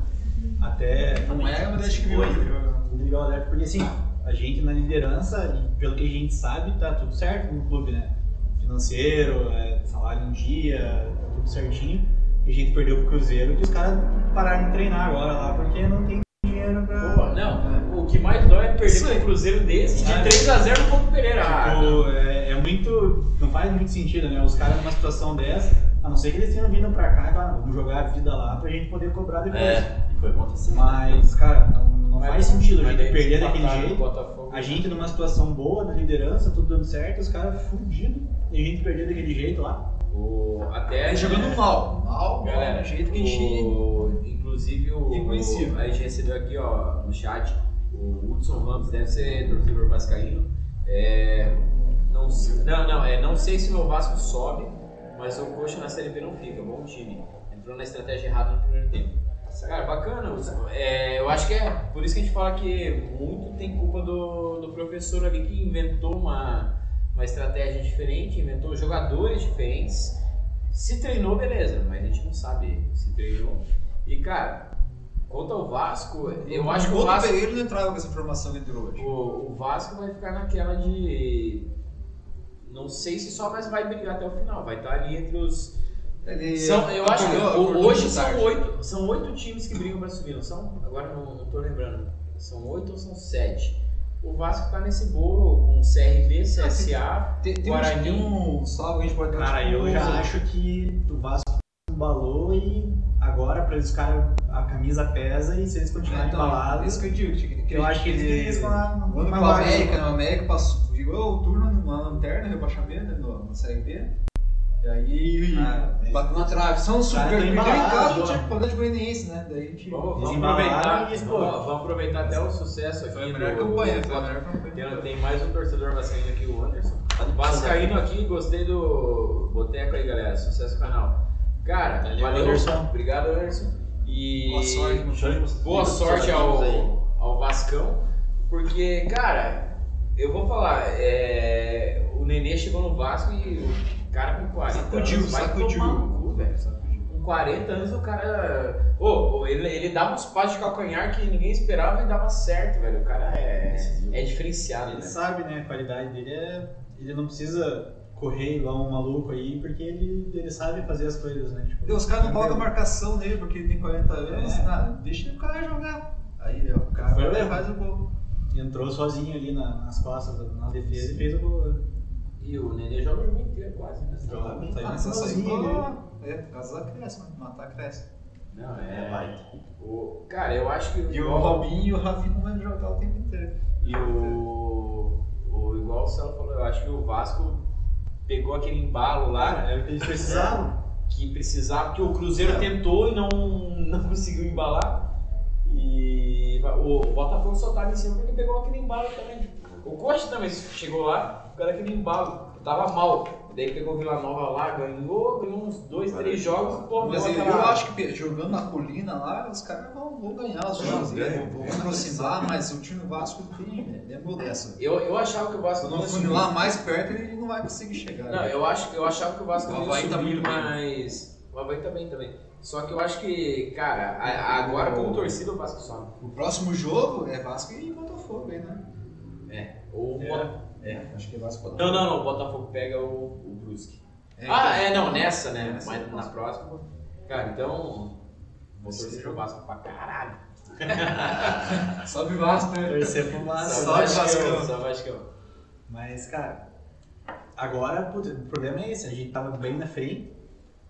Speaker 3: Até.
Speaker 2: Não é uma deixa que viu.
Speaker 4: Foi.
Speaker 1: né?
Speaker 3: Vou ligar o alerta, porque assim, a gente na liderança, e pelo que a gente sabe, tá tudo certo no clube, né? Financeiro, é, salário em dia, tá tudo certinho. E a gente perdeu pro Cruzeiro que os caras pararam de treinar agora lá, porque não tem dinheiro pra.
Speaker 1: Pô, não, o que mais dói é perder
Speaker 2: Isso
Speaker 1: pro
Speaker 2: aí.
Speaker 1: Cruzeiro desse de
Speaker 3: Ah,
Speaker 1: 3x0 no Ponto Pereira. Ah,
Speaker 3: Tipo, é, é muito. Não faz muito sentido, né? Os caras numa situação dessa, a não ser que eles tenham vindo pra cá, claro, vamos jogar a vida lá pra gente poder cobrar depois.
Speaker 4: É, e foi acontecendo.
Speaker 3: Mas, cara, não, não
Speaker 1: mas-
Speaker 3: faz sentido a
Speaker 1: Ah, mas
Speaker 3: gente
Speaker 1: daí
Speaker 3: perder daquele
Speaker 1: empataram
Speaker 3: jeito.
Speaker 1: com o Botafogo.
Speaker 3: A gente numa situação boa na liderança, tudo dando certo, os caras fudidos e a gente perdeu daquele jeito lá.
Speaker 1: O, até
Speaker 2: É jogando mal. Mal,
Speaker 1: Galera,
Speaker 2: né? do jeito que a gente.
Speaker 1: o- inclusive o,
Speaker 2: Reconhecível.
Speaker 1: a gente recebeu aqui ó, no chat, o Hudson Ramos deve ser torcedor vascaíno. É, não, se- não, não, é, não sei se o meu Vasco sobe, mas o Coxa na Série B não fica, bom time. Entrou na estratégia errada no primeiro tempo. Cara, bacana. Hudson. É, eu acho que é por isso que a gente fala que muito tem culpa do, do professor ali que inventou uma, uma estratégia diferente, inventou jogadores diferentes. Se treinou, beleza, mas a gente não sabe se treinou. E cara, quanto ao Vasco, eu acho que o
Speaker 2: outro
Speaker 1: Vasco,
Speaker 2: Pereira não entrava com essa informação que entrou hoje.
Speaker 1: o, o Vasco vai ficar naquela de. Não sei se só, mas vai brigar até o final. Vai estar ali entre os.
Speaker 2: Ele
Speaker 1: São, eu acho que
Speaker 2: acordou-
Speaker 1: o-
Speaker 2: acordou
Speaker 1: hoje
Speaker 2: muito
Speaker 1: são
Speaker 2: tarde.
Speaker 1: oito, são oito times que brigam pra subir, não são? Agora não, não tô lembrando. São oito ou são sete? O Vasco tá nesse bolo com CRB, CSA.
Speaker 2: Tem, tem,
Speaker 1: Guarani.
Speaker 2: um, tem um salve que a gente pode dar
Speaker 3: Cara,
Speaker 2: tipo,
Speaker 3: eu já
Speaker 2: um-
Speaker 3: acho que o Vasco embalou e agora pra eles caras a camisa pesa e se eles continuarem
Speaker 2: Então,
Speaker 3: embalados,
Speaker 2: isso que eu digo, tinha que-
Speaker 3: eu acho que eles riscam a-
Speaker 2: O ano
Speaker 3: uma
Speaker 2: com a
Speaker 3: vaga.
Speaker 2: América, né? o América passou, igual o turno na lanterna, rebaixamento, né, no, na Série B. E aí,
Speaker 3: Ah, mas-
Speaker 2: bateu na trave. São super,
Speaker 3: Cara, tô
Speaker 2: perdeu em
Speaker 3: embalado,
Speaker 2: casa,
Speaker 3: boa.
Speaker 2: tinha que fazer de Goianiense, né? Daí a gente...
Speaker 1: Vamos, vamos
Speaker 3: Desembalaram
Speaker 1: aproveitar,
Speaker 3: e, pô,
Speaker 1: vamos, vamos aproveitar até o sucesso aqui.
Speaker 2: Foi a melhor
Speaker 1: do-
Speaker 2: campanha, foi a
Speaker 1: do-
Speaker 2: melhor
Speaker 1: Tem,
Speaker 2: campanha.
Speaker 1: tem mais um torcedor vascaíno aqui, o Anderson. Vascaíno aqui, gostei do Boteco aí, galera. Sucesso no canal. Cara,
Speaker 3: Valeu,
Speaker 1: valeu.
Speaker 3: Anderson.
Speaker 1: Obrigado, Anderson. E
Speaker 2: Boa sorte.
Speaker 1: boa sorte ao, ao Vascão, porque, cara, eu vou falar, é, o Nenê chegou no Vasco e o cara com 40
Speaker 2: Sacudiu,
Speaker 1: anos vai
Speaker 2: sacudiu.
Speaker 1: tomar no cu, velho. Com 40 anos o cara... Ô, ô, ele, ele dava uns passos de calcanhar que ninguém esperava e dava certo, velho. O cara é, é diferenciado,
Speaker 3: Ele
Speaker 1: né?
Speaker 3: sabe, né? A qualidade dele é. Ele não precisa correr igual um maluco aí, porque ele, ele sabe fazer as coisas, né? Tipo,
Speaker 2: Deus, os caras não colocam
Speaker 3: entendeu?
Speaker 2: marcação nele porque ele tem 40 anos.
Speaker 3: É.
Speaker 2: nada, deixa o cara jogar. Aí ó, o cara
Speaker 3: Foi
Speaker 2: vai lá e
Speaker 3: mesmo.
Speaker 2: faz o gol.
Speaker 3: Entrou sozinho ali na- nas costas, na defesa e fez o gol. né?
Speaker 1: E o Nenê joga o jogo inteiro, quase. né?
Speaker 3: Joga,
Speaker 2: Ah,
Speaker 3: saiu
Speaker 2: mas essa aí,
Speaker 3: sozinho, né?
Speaker 2: pô, é, por causa da cresce, mano. Matar cresce.
Speaker 1: Não,
Speaker 4: É,
Speaker 1: é...
Speaker 4: vai.
Speaker 1: O, cara, eu acho que...
Speaker 2: E o Robinho e o Rafinha não vão jogar o tempo inteiro.
Speaker 1: E o, o igual o Celo falou, eu acho que o Vasco pegou aquele embalo lá né?
Speaker 3: É o que eles precisavam.
Speaker 1: que precisava, porque o
Speaker 2: É.
Speaker 1: Cruzeiro tentou e não, não conseguiu embalar. E o Botafogo só tava em cima porque pegou aquele embalo também. O Coxa também chegou lá, o cara aquele embalo, tava mal. Daí pegou o Vila Nova lá, ganhou, ganhou uns dois, três jogos, pô,
Speaker 2: Mas
Speaker 1: deu
Speaker 2: eu,
Speaker 1: aquela-
Speaker 2: eu acho que jogando na colina lá, os caras vão, vão ganhar os jogos,
Speaker 4: Não, ganha,
Speaker 2: vão, vão
Speaker 4: ganha.
Speaker 2: aproximar, mas o time do Vasco tem, né, é modesto.
Speaker 1: eu, eu achava que o
Speaker 2: Se
Speaker 1: Vasco
Speaker 2: não
Speaker 1: ia
Speaker 2: for
Speaker 1: subir.
Speaker 2: lá mais perto, ele não vai conseguir chegar. né?
Speaker 1: Não, eu, acho, eu achava que o Vasco
Speaker 2: O
Speaker 1: ia
Speaker 2: Havaí
Speaker 1: subir,
Speaker 2: tá muito bem.
Speaker 1: mas. O Havaí também também. Só que eu acho que, cara, a- agora como torcida o Vasco sobe.
Speaker 2: O próximo jogo é Vasco e Botafogo, aí, né?
Speaker 1: Ou o
Speaker 3: É.
Speaker 1: Bota-
Speaker 2: Acho que é Vasco e
Speaker 1: Não,
Speaker 2: Botafogo.
Speaker 1: não, não. O Botafogo pega o, o Brusque.
Speaker 2: É,
Speaker 1: ah, é, não, nessa, né?
Speaker 2: Nessa.
Speaker 1: mas na próxima. Cara, então. Vou
Speaker 2: Esse
Speaker 1: torcer pro
Speaker 2: jogo.
Speaker 1: Vasco pra caralho. é.
Speaker 2: então. Sobe Vasco, né?
Speaker 3: Torcer pro Vasco.
Speaker 2: Sobe, Vascão.
Speaker 1: Só Vascão.
Speaker 3: Mas, cara, agora putz, o problema é esse. A gente tava bem na frente.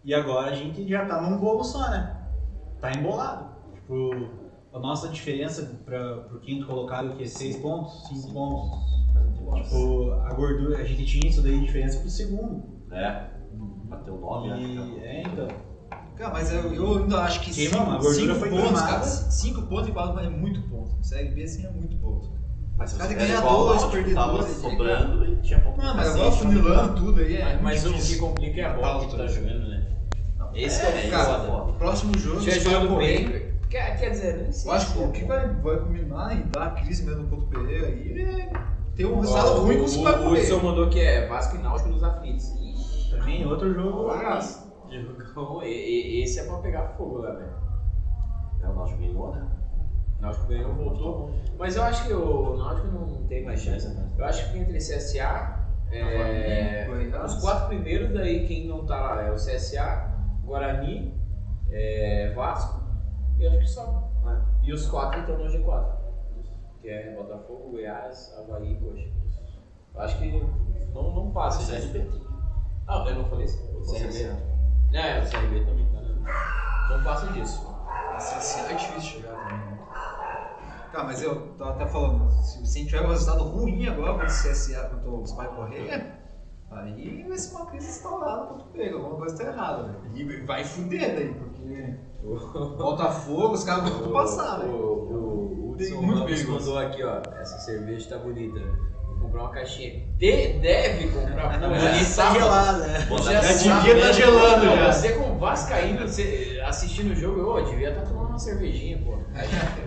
Speaker 3: E agora a gente já tá num bolo só, né? Tá embolado. Tipo, a nossa diferença para pro quinto colocado que é 6 pontos, 5 pontos. Tipo, a gordura, a gente tinha isso daí de diferença pro segundo.
Speaker 4: É. Bateu o nome, né?
Speaker 3: E é, então.
Speaker 2: Cara, mas eu, eu ainda acho que
Speaker 3: Queima,
Speaker 2: cinco,
Speaker 3: a gordura
Speaker 2: cinco
Speaker 3: foi
Speaker 2: pontos,
Speaker 3: queimada.
Speaker 2: cara. Cinco pontos e quatro pontos é muito ponto. Série B assim é muito ponto.
Speaker 4: Mas se
Speaker 2: Cada
Speaker 4: você
Speaker 2: ganha
Speaker 4: ganha dois,
Speaker 2: dois,
Speaker 4: perder
Speaker 2: perder
Speaker 4: tava
Speaker 2: dois,
Speaker 4: sobrando e tinha pouco.
Speaker 3: Ah,
Speaker 4: né?
Speaker 2: Não, mas
Speaker 4: paciente,
Speaker 2: agora funilando tudo aí é.
Speaker 1: Mas, mas o
Speaker 2: muito
Speaker 1: que
Speaker 2: difícil.
Speaker 1: complica é a bola que tu tá jogando, né? Esse que é, o
Speaker 2: cara,
Speaker 1: foda.
Speaker 2: O próximo jogo
Speaker 1: Se é
Speaker 2: vai
Speaker 1: jogo
Speaker 2: correr.
Speaker 1: bem, quer, quer dizer, não sei
Speaker 2: Eu acho
Speaker 1: se
Speaker 2: que
Speaker 1: é
Speaker 2: o um que
Speaker 1: bom.
Speaker 2: vai, vai combinar e dar a crise mesmo contra o Pereira aí é ter um
Speaker 1: Ó,
Speaker 2: resultado ruim com o
Speaker 1: o-
Speaker 2: Super
Speaker 1: O Hudson mandou que é Vasco e Náutico nos aflitos. Ixi,
Speaker 3: Pra mim, outro jogo.
Speaker 1: Nossa, jogão. E- e- Esse é pra pegar fogo lá, velho.
Speaker 4: É, o Náutico ganhou, né?
Speaker 1: O Náutico ganhou, voltou. Mas eu acho que o Náutico não tem mais chance.
Speaker 4: né?
Speaker 1: Eu acho que fica entre CSA, é,
Speaker 2: Tá
Speaker 1: os quatro primeiros, daí quem não tá lá é o CSA, Guarani, é, Vasco e acho que só. E os quatro então no G4. Que é Botafogo, Goiás, Havaí e Coxa. Eu acho que não, não passa.
Speaker 4: Passa o
Speaker 1: gente.
Speaker 4: CRB.
Speaker 1: Ah, eu não falei isso. O
Speaker 4: Você
Speaker 1: CRB. É, o CRB também tá. né? Não passa disso.
Speaker 2: CSA é difícil chegar também. né? Cara, mas eu tava até falando, se, se a gente tiver um resultado ruim agora contra o CSA, contra o Spy Correia, aí vai ser uma crise instaurada contra o Pereira, alguma coisa tá errada, velho. E vai fuder daí, porque Botafogo, os caras vão passar, né?
Speaker 1: O,
Speaker 2: velho.
Speaker 1: o, o Hudson
Speaker 2: Muito
Speaker 1: Ramos
Speaker 2: perigoso.
Speaker 1: mandou aqui, ó. Essa cerveja tá bonita. Vou comprar uma caixinha. De, deve comprar, pô. é Já
Speaker 3: tá
Speaker 1: sabe.
Speaker 3: gelada, né?
Speaker 4: Bota
Speaker 1: já
Speaker 4: até
Speaker 1: sabe,
Speaker 4: dinheiro, tá
Speaker 1: né?
Speaker 4: gelando
Speaker 1: Não,
Speaker 4: já.
Speaker 1: Você com o Vascaíno você, assistindo o jogo, eu ô, devia estar tomando uma cervejinha, pô.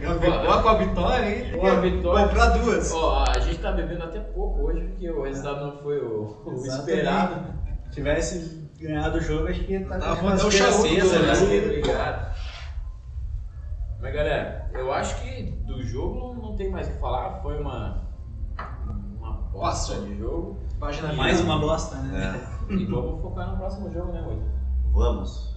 Speaker 2: Ganhou com a vitória aí,
Speaker 1: Pô, a vitória.
Speaker 2: comprar duas.
Speaker 1: Ó, a gente tá bebendo até pouco hoje, porque o resultado não foi o, o
Speaker 3: Exatamente.
Speaker 1: esperado.
Speaker 3: Se tivesse ganhado o jogo, acho que ia tá
Speaker 2: Tava
Speaker 3: com umas
Speaker 2: até o
Speaker 3: esperanças
Speaker 2: charuto,
Speaker 3: ali.
Speaker 2: né?
Speaker 1: Obrigado. Mas galera, eu acho que do jogo não tem mais o que falar. Foi uma. Uma bosta
Speaker 2: Passou.
Speaker 1: de jogo.
Speaker 2: Página
Speaker 3: Mais uma bosta, né?
Speaker 4: É.
Speaker 1: E vamos focar no próximo jogo, né, hoje?
Speaker 4: Vamos.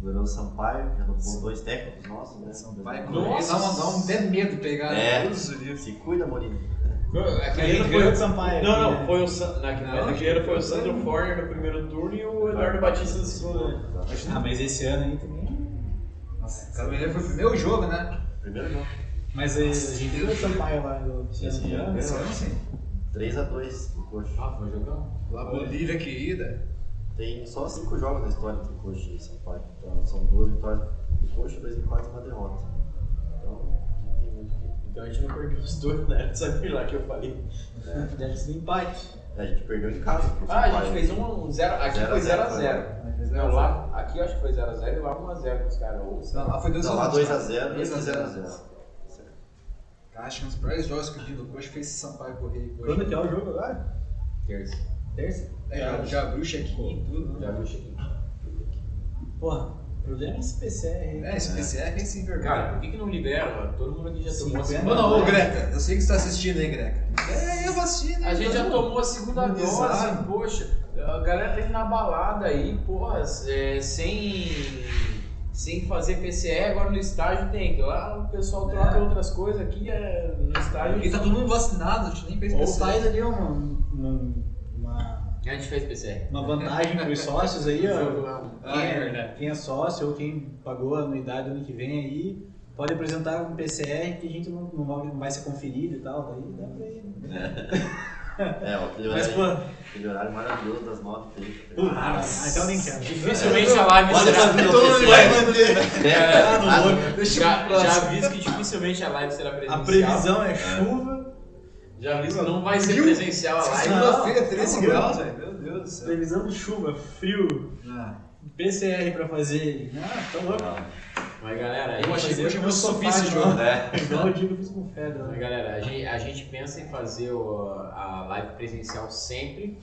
Speaker 4: Durando Sampaio, já tomou dois técnicos nossos, né? São
Speaker 2: Vai
Speaker 4: dois-
Speaker 2: correr, dá, uma, dá um até medo pegar
Speaker 4: É.
Speaker 2: todos os livros.
Speaker 4: Se cuida, Morinho.
Speaker 1: é
Speaker 3: Aquele foi o de Sampaio.
Speaker 1: Não,
Speaker 3: né?
Speaker 1: não, é foi o Sa- na,
Speaker 2: Não,
Speaker 1: na,
Speaker 2: acho
Speaker 1: primeira
Speaker 2: que
Speaker 1: foi o
Speaker 2: foi
Speaker 1: Sandro
Speaker 2: o-
Speaker 1: Forner no primeiro turno e o Eduardo Batista no segundo. né?
Speaker 3: Ah, mas esse ano aí também.
Speaker 2: Nossa, cara, ele foi o primeiro jogo, né?
Speaker 4: Primeiro jogo.
Speaker 3: Mas aí, a gente viu o Sampaio lá né, do esse
Speaker 4: Esse
Speaker 3: ano.
Speaker 4: ano.
Speaker 2: Esse ano sim.
Speaker 4: 3x2 pro Coxa.
Speaker 1: Ah, foi um jogão.
Speaker 2: Lá Bolívia querida.
Speaker 4: Tem só cinco jogos na história entre Coxa e Sampaio. Então são duas vitórias do Coxa, dois empates e uma derrota. Então, não tem muito o que.
Speaker 1: Então a gente não perdeu os dois, né? Sabe lá que eu falei.
Speaker 3: Deve ser um empate.
Speaker 4: A gente perdeu em casa. pro
Speaker 1: Ah, a gente
Speaker 4: Sampaio.
Speaker 1: fez um 0 Aqui
Speaker 4: Zero a
Speaker 1: foi
Speaker 4: zero,
Speaker 1: 0x0. Não, É, lá, aqui eu acho que foi 0x0 e lá 1x0 os caras. Ou
Speaker 2: Não, lá foi 2x0.
Speaker 4: Não, lá 2x0 e
Speaker 2: 2x0.
Speaker 4: 0x0.
Speaker 2: Acho que um dos piores jogos que eu vi do Coxa foi esse Sampaio correr. e Coxa.
Speaker 3: Quando que é o jogo agora?
Speaker 1: terça.
Speaker 3: Terça?
Speaker 2: É, já, já abriu o check-in e tudo.
Speaker 1: Já
Speaker 2: né?
Speaker 1: viu o check-in.
Speaker 3: Porra, o problema é esse PC aí.
Speaker 2: É, esse PCR é que se envergonha.
Speaker 1: Cara, é. por que, que não libera? Todo mundo aqui já tomou a
Speaker 3: Cinquenta.
Speaker 1: segunda
Speaker 2: Mano, ô
Speaker 1: dose.
Speaker 2: Greca, eu sei que você tá assistindo aí, Greca. É, eu vou assistir, né?
Speaker 1: A gente já tomou a segunda dose,
Speaker 2: Imunizado.
Speaker 1: poxa. A galera tá indo na balada aí, porra, é, sem, sem fazer PCR, agora no estágio tem. que Lá o pessoal troca
Speaker 2: É.
Speaker 1: outras coisas, aqui é, no estágio.
Speaker 2: Porque tá todo mundo vacinado, a gente nem fez
Speaker 3: Ou
Speaker 2: PCR.
Speaker 3: faz ali uma, um- uma,
Speaker 1: A gente fez PCR.
Speaker 3: uma vantagem para os sócios aí, ó.
Speaker 2: Ah, é
Speaker 3: Quem
Speaker 2: verdade.
Speaker 3: é, quem é sócio ou quem pagou a anuidade ano que vem aí, pode apresentar um PCR que a gente não, não vai, não vai ser conferido e tal. Daí dá pra ir.
Speaker 4: É, ó, aquele
Speaker 3: Mas,
Speaker 4: horário,
Speaker 3: pô,
Speaker 4: aquele horário maravilhoso das 9h30.
Speaker 3: ah, então nem quero. tá
Speaker 1: Dificilmente a live
Speaker 4: Olha,
Speaker 1: será.
Speaker 4: sabe,
Speaker 2: Eu tô no
Speaker 4: Vai.
Speaker 2: dele.
Speaker 4: É,
Speaker 1: Ah,
Speaker 4: ah,
Speaker 2: Deixa
Speaker 1: Já,
Speaker 2: eu pro próximo.
Speaker 1: já aviso que dificilmente a live será
Speaker 3: A
Speaker 1: presencial.
Speaker 3: previsão é chuva,
Speaker 1: Já aviso que não vai ser presencial a live.
Speaker 2: Segunda-feira, 13
Speaker 3: Não,
Speaker 2: graus, velho. Meu Deus do céu.
Speaker 3: previsão de chuva, frio,
Speaker 2: Ah,
Speaker 3: PCR pra fazer. Ah, tá louco.
Speaker 1: Mas galera,
Speaker 2: Eu achei que hoje eu vou subir esse
Speaker 3: sofá,
Speaker 2: jogo.
Speaker 4: né?
Speaker 3: Igual eu digo, eu fiz com fedra.
Speaker 1: Mas,
Speaker 3: né?
Speaker 1: Galera, a gente, a gente pensa em fazer o- a live presencial sempre.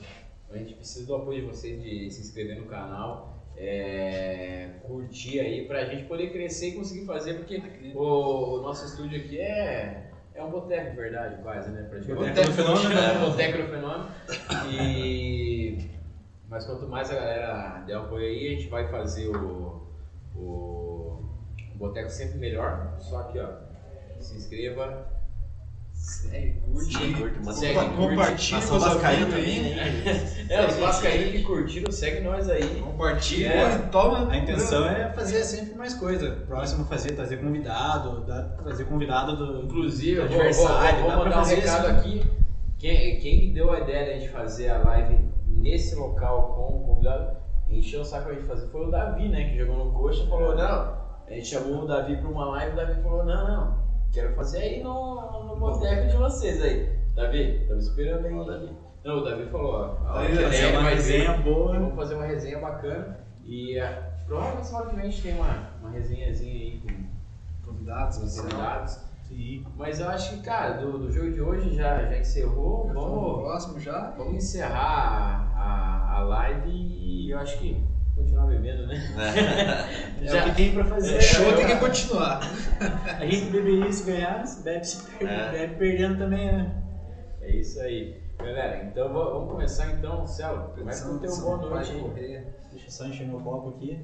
Speaker 1: A gente precisa do apoio de vocês de se inscrever no canal, é, curtir aí pra gente poder crescer e conseguir fazer, porque o, o nosso estúdio aqui é, é um boteco, de verdade, quase, né? praticamente.
Speaker 3: Boteco do fenômeno, né?
Speaker 1: É, Boteco do fenômeno. E, mas quanto mais a galera der apoio aí, a gente vai fazer o, o, o boteco sempre melhor. Só que, ó, se inscreva,
Speaker 2: Segue, curte.
Speaker 4: Sim,
Speaker 2: aí.
Speaker 4: curte, manda
Speaker 2: Segue,
Speaker 1: curte.
Speaker 2: compartilha
Speaker 4: Mas
Speaker 2: com
Speaker 4: são
Speaker 2: os
Speaker 4: vascaíno
Speaker 2: amigos
Speaker 4: também,
Speaker 2: aí.
Speaker 4: né?
Speaker 1: É, os vascaínos que curtiram, segue nós aí.
Speaker 2: Compartilha
Speaker 1: É.
Speaker 2: e toma.
Speaker 3: A intenção é fazer sempre mais coisa. Próximo fazer, trazer convidado, dar- trazer convidado do.
Speaker 1: Inclusive, eu vou, vou,
Speaker 3: Adversário,
Speaker 1: vou
Speaker 3: dá pra
Speaker 1: mandar um
Speaker 3: fazer
Speaker 1: recado
Speaker 3: isso.
Speaker 1: aqui. Quem, quem deu a ideia de a gente fazer a live nesse local com o convidado, encheu o saco pra gente fazer, foi o Davi, né? Que jogou no coxa e falou, não. A gente chamou o Davi pra uma live, o Davi falou, não, não, quero fazer aí no, no boteco de vocês aí. Davi, tava esperando aí, Davi. Não, o Davi falou, ó, a hora
Speaker 2: Davi,
Speaker 1: que
Speaker 2: fazer
Speaker 1: der, vai ser.
Speaker 3: é boa.
Speaker 1: Vamos fazer uma resenha bacana e ah, provavelmente semana que vem a gente tem uma, uma resenhazinha aí com
Speaker 2: Convidados,
Speaker 1: os
Speaker 2: você é
Speaker 1: convidados.
Speaker 3: Sim.
Speaker 1: Mas eu acho que, cara, do, do jogo de hoje já, já encerrou. Vamos,
Speaker 2: um Próximo já.
Speaker 1: vamos encerrar a, a, a live e eu acho que continuar bebendo, né?
Speaker 3: É
Speaker 1: Já-
Speaker 3: o que tem pra fazer.
Speaker 1: É,
Speaker 2: O show
Speaker 1: eu-
Speaker 2: tem que continuar.
Speaker 3: A gente beberia se ganhar, se bebe se perder,
Speaker 4: É.
Speaker 3: bebe perdendo também, né?
Speaker 1: É isso aí. Galera, então va- vamos começar então, Celo. Começa com o teu boa noite aí.
Speaker 3: Deixa eu só encher meu copo aqui.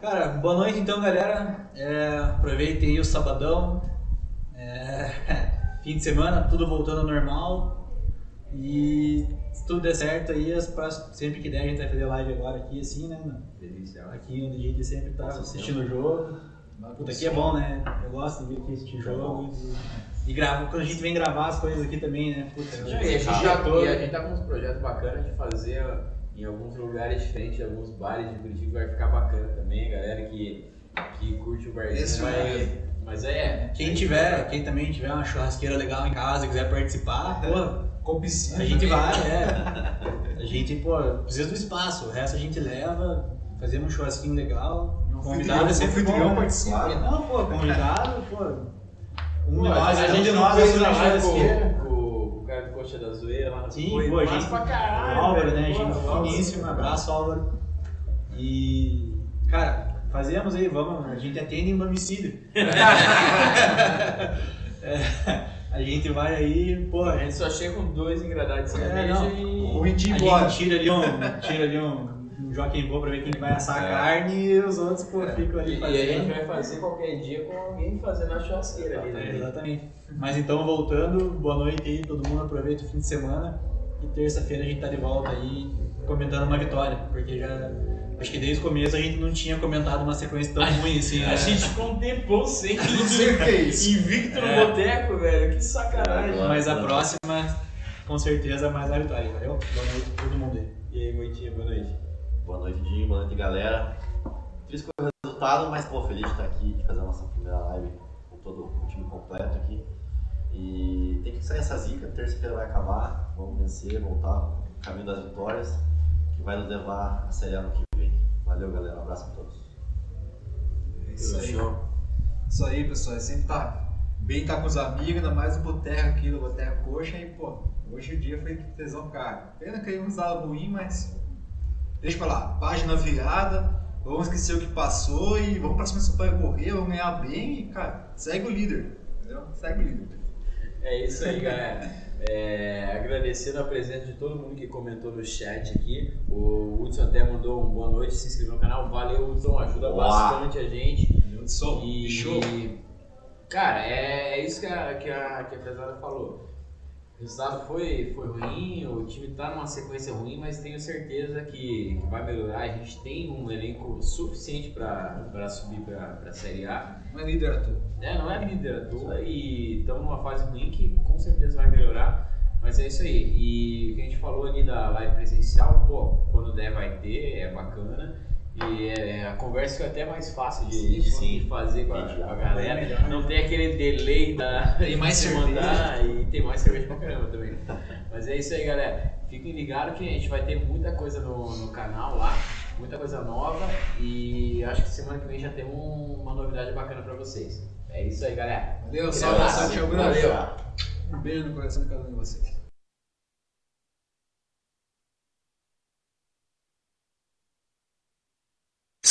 Speaker 3: Cara, boa noite então, galera. É, aproveitem aí o sabadão. É, fim de semana, tudo voltando ao normal. E se tudo der certo aí, as próximas, sempre que der, a gente vai fazer live agora aqui, assim, né? mano?
Speaker 1: Delícia.
Speaker 3: Aqui onde a gente sempre tá
Speaker 4: Nossa,
Speaker 3: assistindo o jogo. Puta, aqui é bom, né? Eu gosto de vir aqui assistir jogo. E, e gravo, quando a gente vem gravar as coisas aqui também, né? Puta,
Speaker 1: E É, a gente já e a gente tá com uns projetos bacanas de fazer em alguns lugares diferentes, em alguns bares de Curitiba, vai ficar bacana também, galera que, que curte o barzinho.
Speaker 2: Esse
Speaker 1: vai... né? Mas aí é.
Speaker 3: Quem tiver, quem também tiver uma churrasqueira legal em casa e quiser
Speaker 1: Ah,
Speaker 3: participar, pô,
Speaker 2: Com piscina.
Speaker 3: a gente
Speaker 2: também.
Speaker 3: vai, é. A gente, pô, precisa do espaço, o resto a gente leva, fazemos um churrasquinho legal.
Speaker 2: Um
Speaker 3: Convidado é sempre
Speaker 2: anfitrião
Speaker 3: bom.
Speaker 2: participa.
Speaker 4: Claro.
Speaker 3: Não, pô, convidado, pô. Um
Speaker 1: Pô,
Speaker 3: de nós,
Speaker 1: a
Speaker 3: um
Speaker 1: gente
Speaker 3: de
Speaker 1: não
Speaker 3: nós
Speaker 1: fez
Speaker 3: assume
Speaker 1: a
Speaker 3: a
Speaker 1: live
Speaker 3: churrasqueira.
Speaker 1: com, com- com o cara do Coxa da Zoeira lá no
Speaker 3: Sim,
Speaker 1: Foi
Speaker 3: pô, a
Speaker 1: massa
Speaker 3: gente-
Speaker 1: pra
Speaker 3: O
Speaker 1: caralho.
Speaker 3: Álvaro,
Speaker 1: velho.
Speaker 3: né?
Speaker 1: Pô,
Speaker 3: Gente
Speaker 1: o Álvaro.
Speaker 3: finíssima, abraço, Álvaro. E, cara, fazemos aí, vamos, a gente atende em domicílio. É, a gente vai aí, pô,
Speaker 1: A gente só chega com dois engradados de
Speaker 3: É,
Speaker 1: cerveja
Speaker 3: não.
Speaker 1: e.
Speaker 2: Ruim de ir
Speaker 3: a
Speaker 2: embora.
Speaker 3: gente tira ali um, tira ali um, um jockey boa pra ver quem vai assar
Speaker 1: É.
Speaker 3: a carne e os outros, pô,
Speaker 1: E,
Speaker 3: ficam ali
Speaker 1: e a gente
Speaker 3: fazendo.
Speaker 1: vai fazer qualquer dia com alguém fazendo a churrasqueira ali,
Speaker 3: É,
Speaker 1: né?
Speaker 3: Exatamente. Mas então, voltando, boa noite aí, todo mundo aproveita o fim de semana. E terça-feira a gente tá de volta aí comentando uma vitória, porque já. Acho que desde o começo a gente não tinha comentado uma sequência tão ruim assim, né?
Speaker 1: A gente ficou um tempão sem
Speaker 2: Não sei o que é isso.
Speaker 1: Invicto no
Speaker 3: É.
Speaker 1: boteco, velho. Que sacanagem.
Speaker 3: Mas a próxima, com certeza, mais a vitória, valeu? Boa noite pra todo mundo aí.
Speaker 1: É. E aí, Moitinha, boa noite.
Speaker 4: Boa noite, Dinho. Boa noite, galera. Triste com o resultado, mas pô, feliz de estar aqui, de fazer a nossa primeira live com todo o time completo aqui. E tem que sair essa zica, terça-feira vai acabar, vamos vencer, voltar pro caminho das vitórias, que vai nos levar a Série A no que vem. Valeu, galera. Um abraço a todos.
Speaker 2: É Isso aí. Isso aí, pessoal. É sempre tá bem estar com os amigos, ainda mais o boteco aqui, do boteco coxa. E, pô, hoje o dia foi tesão, cara. Pena que aí um resultado ruim, mas deixa pra lá. Página virada, vamos esquecer o que passou e vamos pra cima se vai correr, vamos ganhar bem e, cara, segue o líder. Entendeu? Segue o líder.
Speaker 1: É isso aí, galera. É, agradecendo a presença de todo mundo que comentou no chat aqui. O Hudson até mandou um boa noite, se inscreveu no canal. Valeu, Hudson, ajuda
Speaker 4: Boa.
Speaker 1: bastante a gente.
Speaker 2: Eu sou
Speaker 1: E,
Speaker 2: show.
Speaker 1: cara, é, é isso que a, que, a, que a pesada falou. O resultado foi, foi ruim, o time tá numa sequência ruim, mas tenho certeza que, que vai melhorar. A gente tem um elenco suficiente para subir para a Série A.
Speaker 2: Não é líder à toa.
Speaker 1: É, não é líder à toa e estamos numa fase ruim que com certeza vai melhorar. Mas é isso aí. E o que a gente falou ali da live presencial, pô, quando der vai ter, é bacana. E é, a conversa fica até mais fácil de,
Speaker 4: Sim,
Speaker 1: de fazer com a, com a
Speaker 2: É
Speaker 1: galera.
Speaker 2: melhor.
Speaker 1: Não tem aquele delay da
Speaker 2: Tem mais
Speaker 1: de
Speaker 2: cerveja.
Speaker 1: mandar Ah, e tem mais cerveja pra caramba também. Mas é isso aí, galera. Fiquem ligados que a gente vai ter muita coisa no, no canal lá, muita coisa nova e acho que semana que vem já tem um- uma novidade bacana pra vocês. É isso aí, galera.
Speaker 2: Valeu,
Speaker 1: Aquele
Speaker 2: salve,
Speaker 1: abraço.
Speaker 2: salve, tchau,
Speaker 1: Valeu.
Speaker 2: Bruno. Um beijo no coração de cada um de vocês.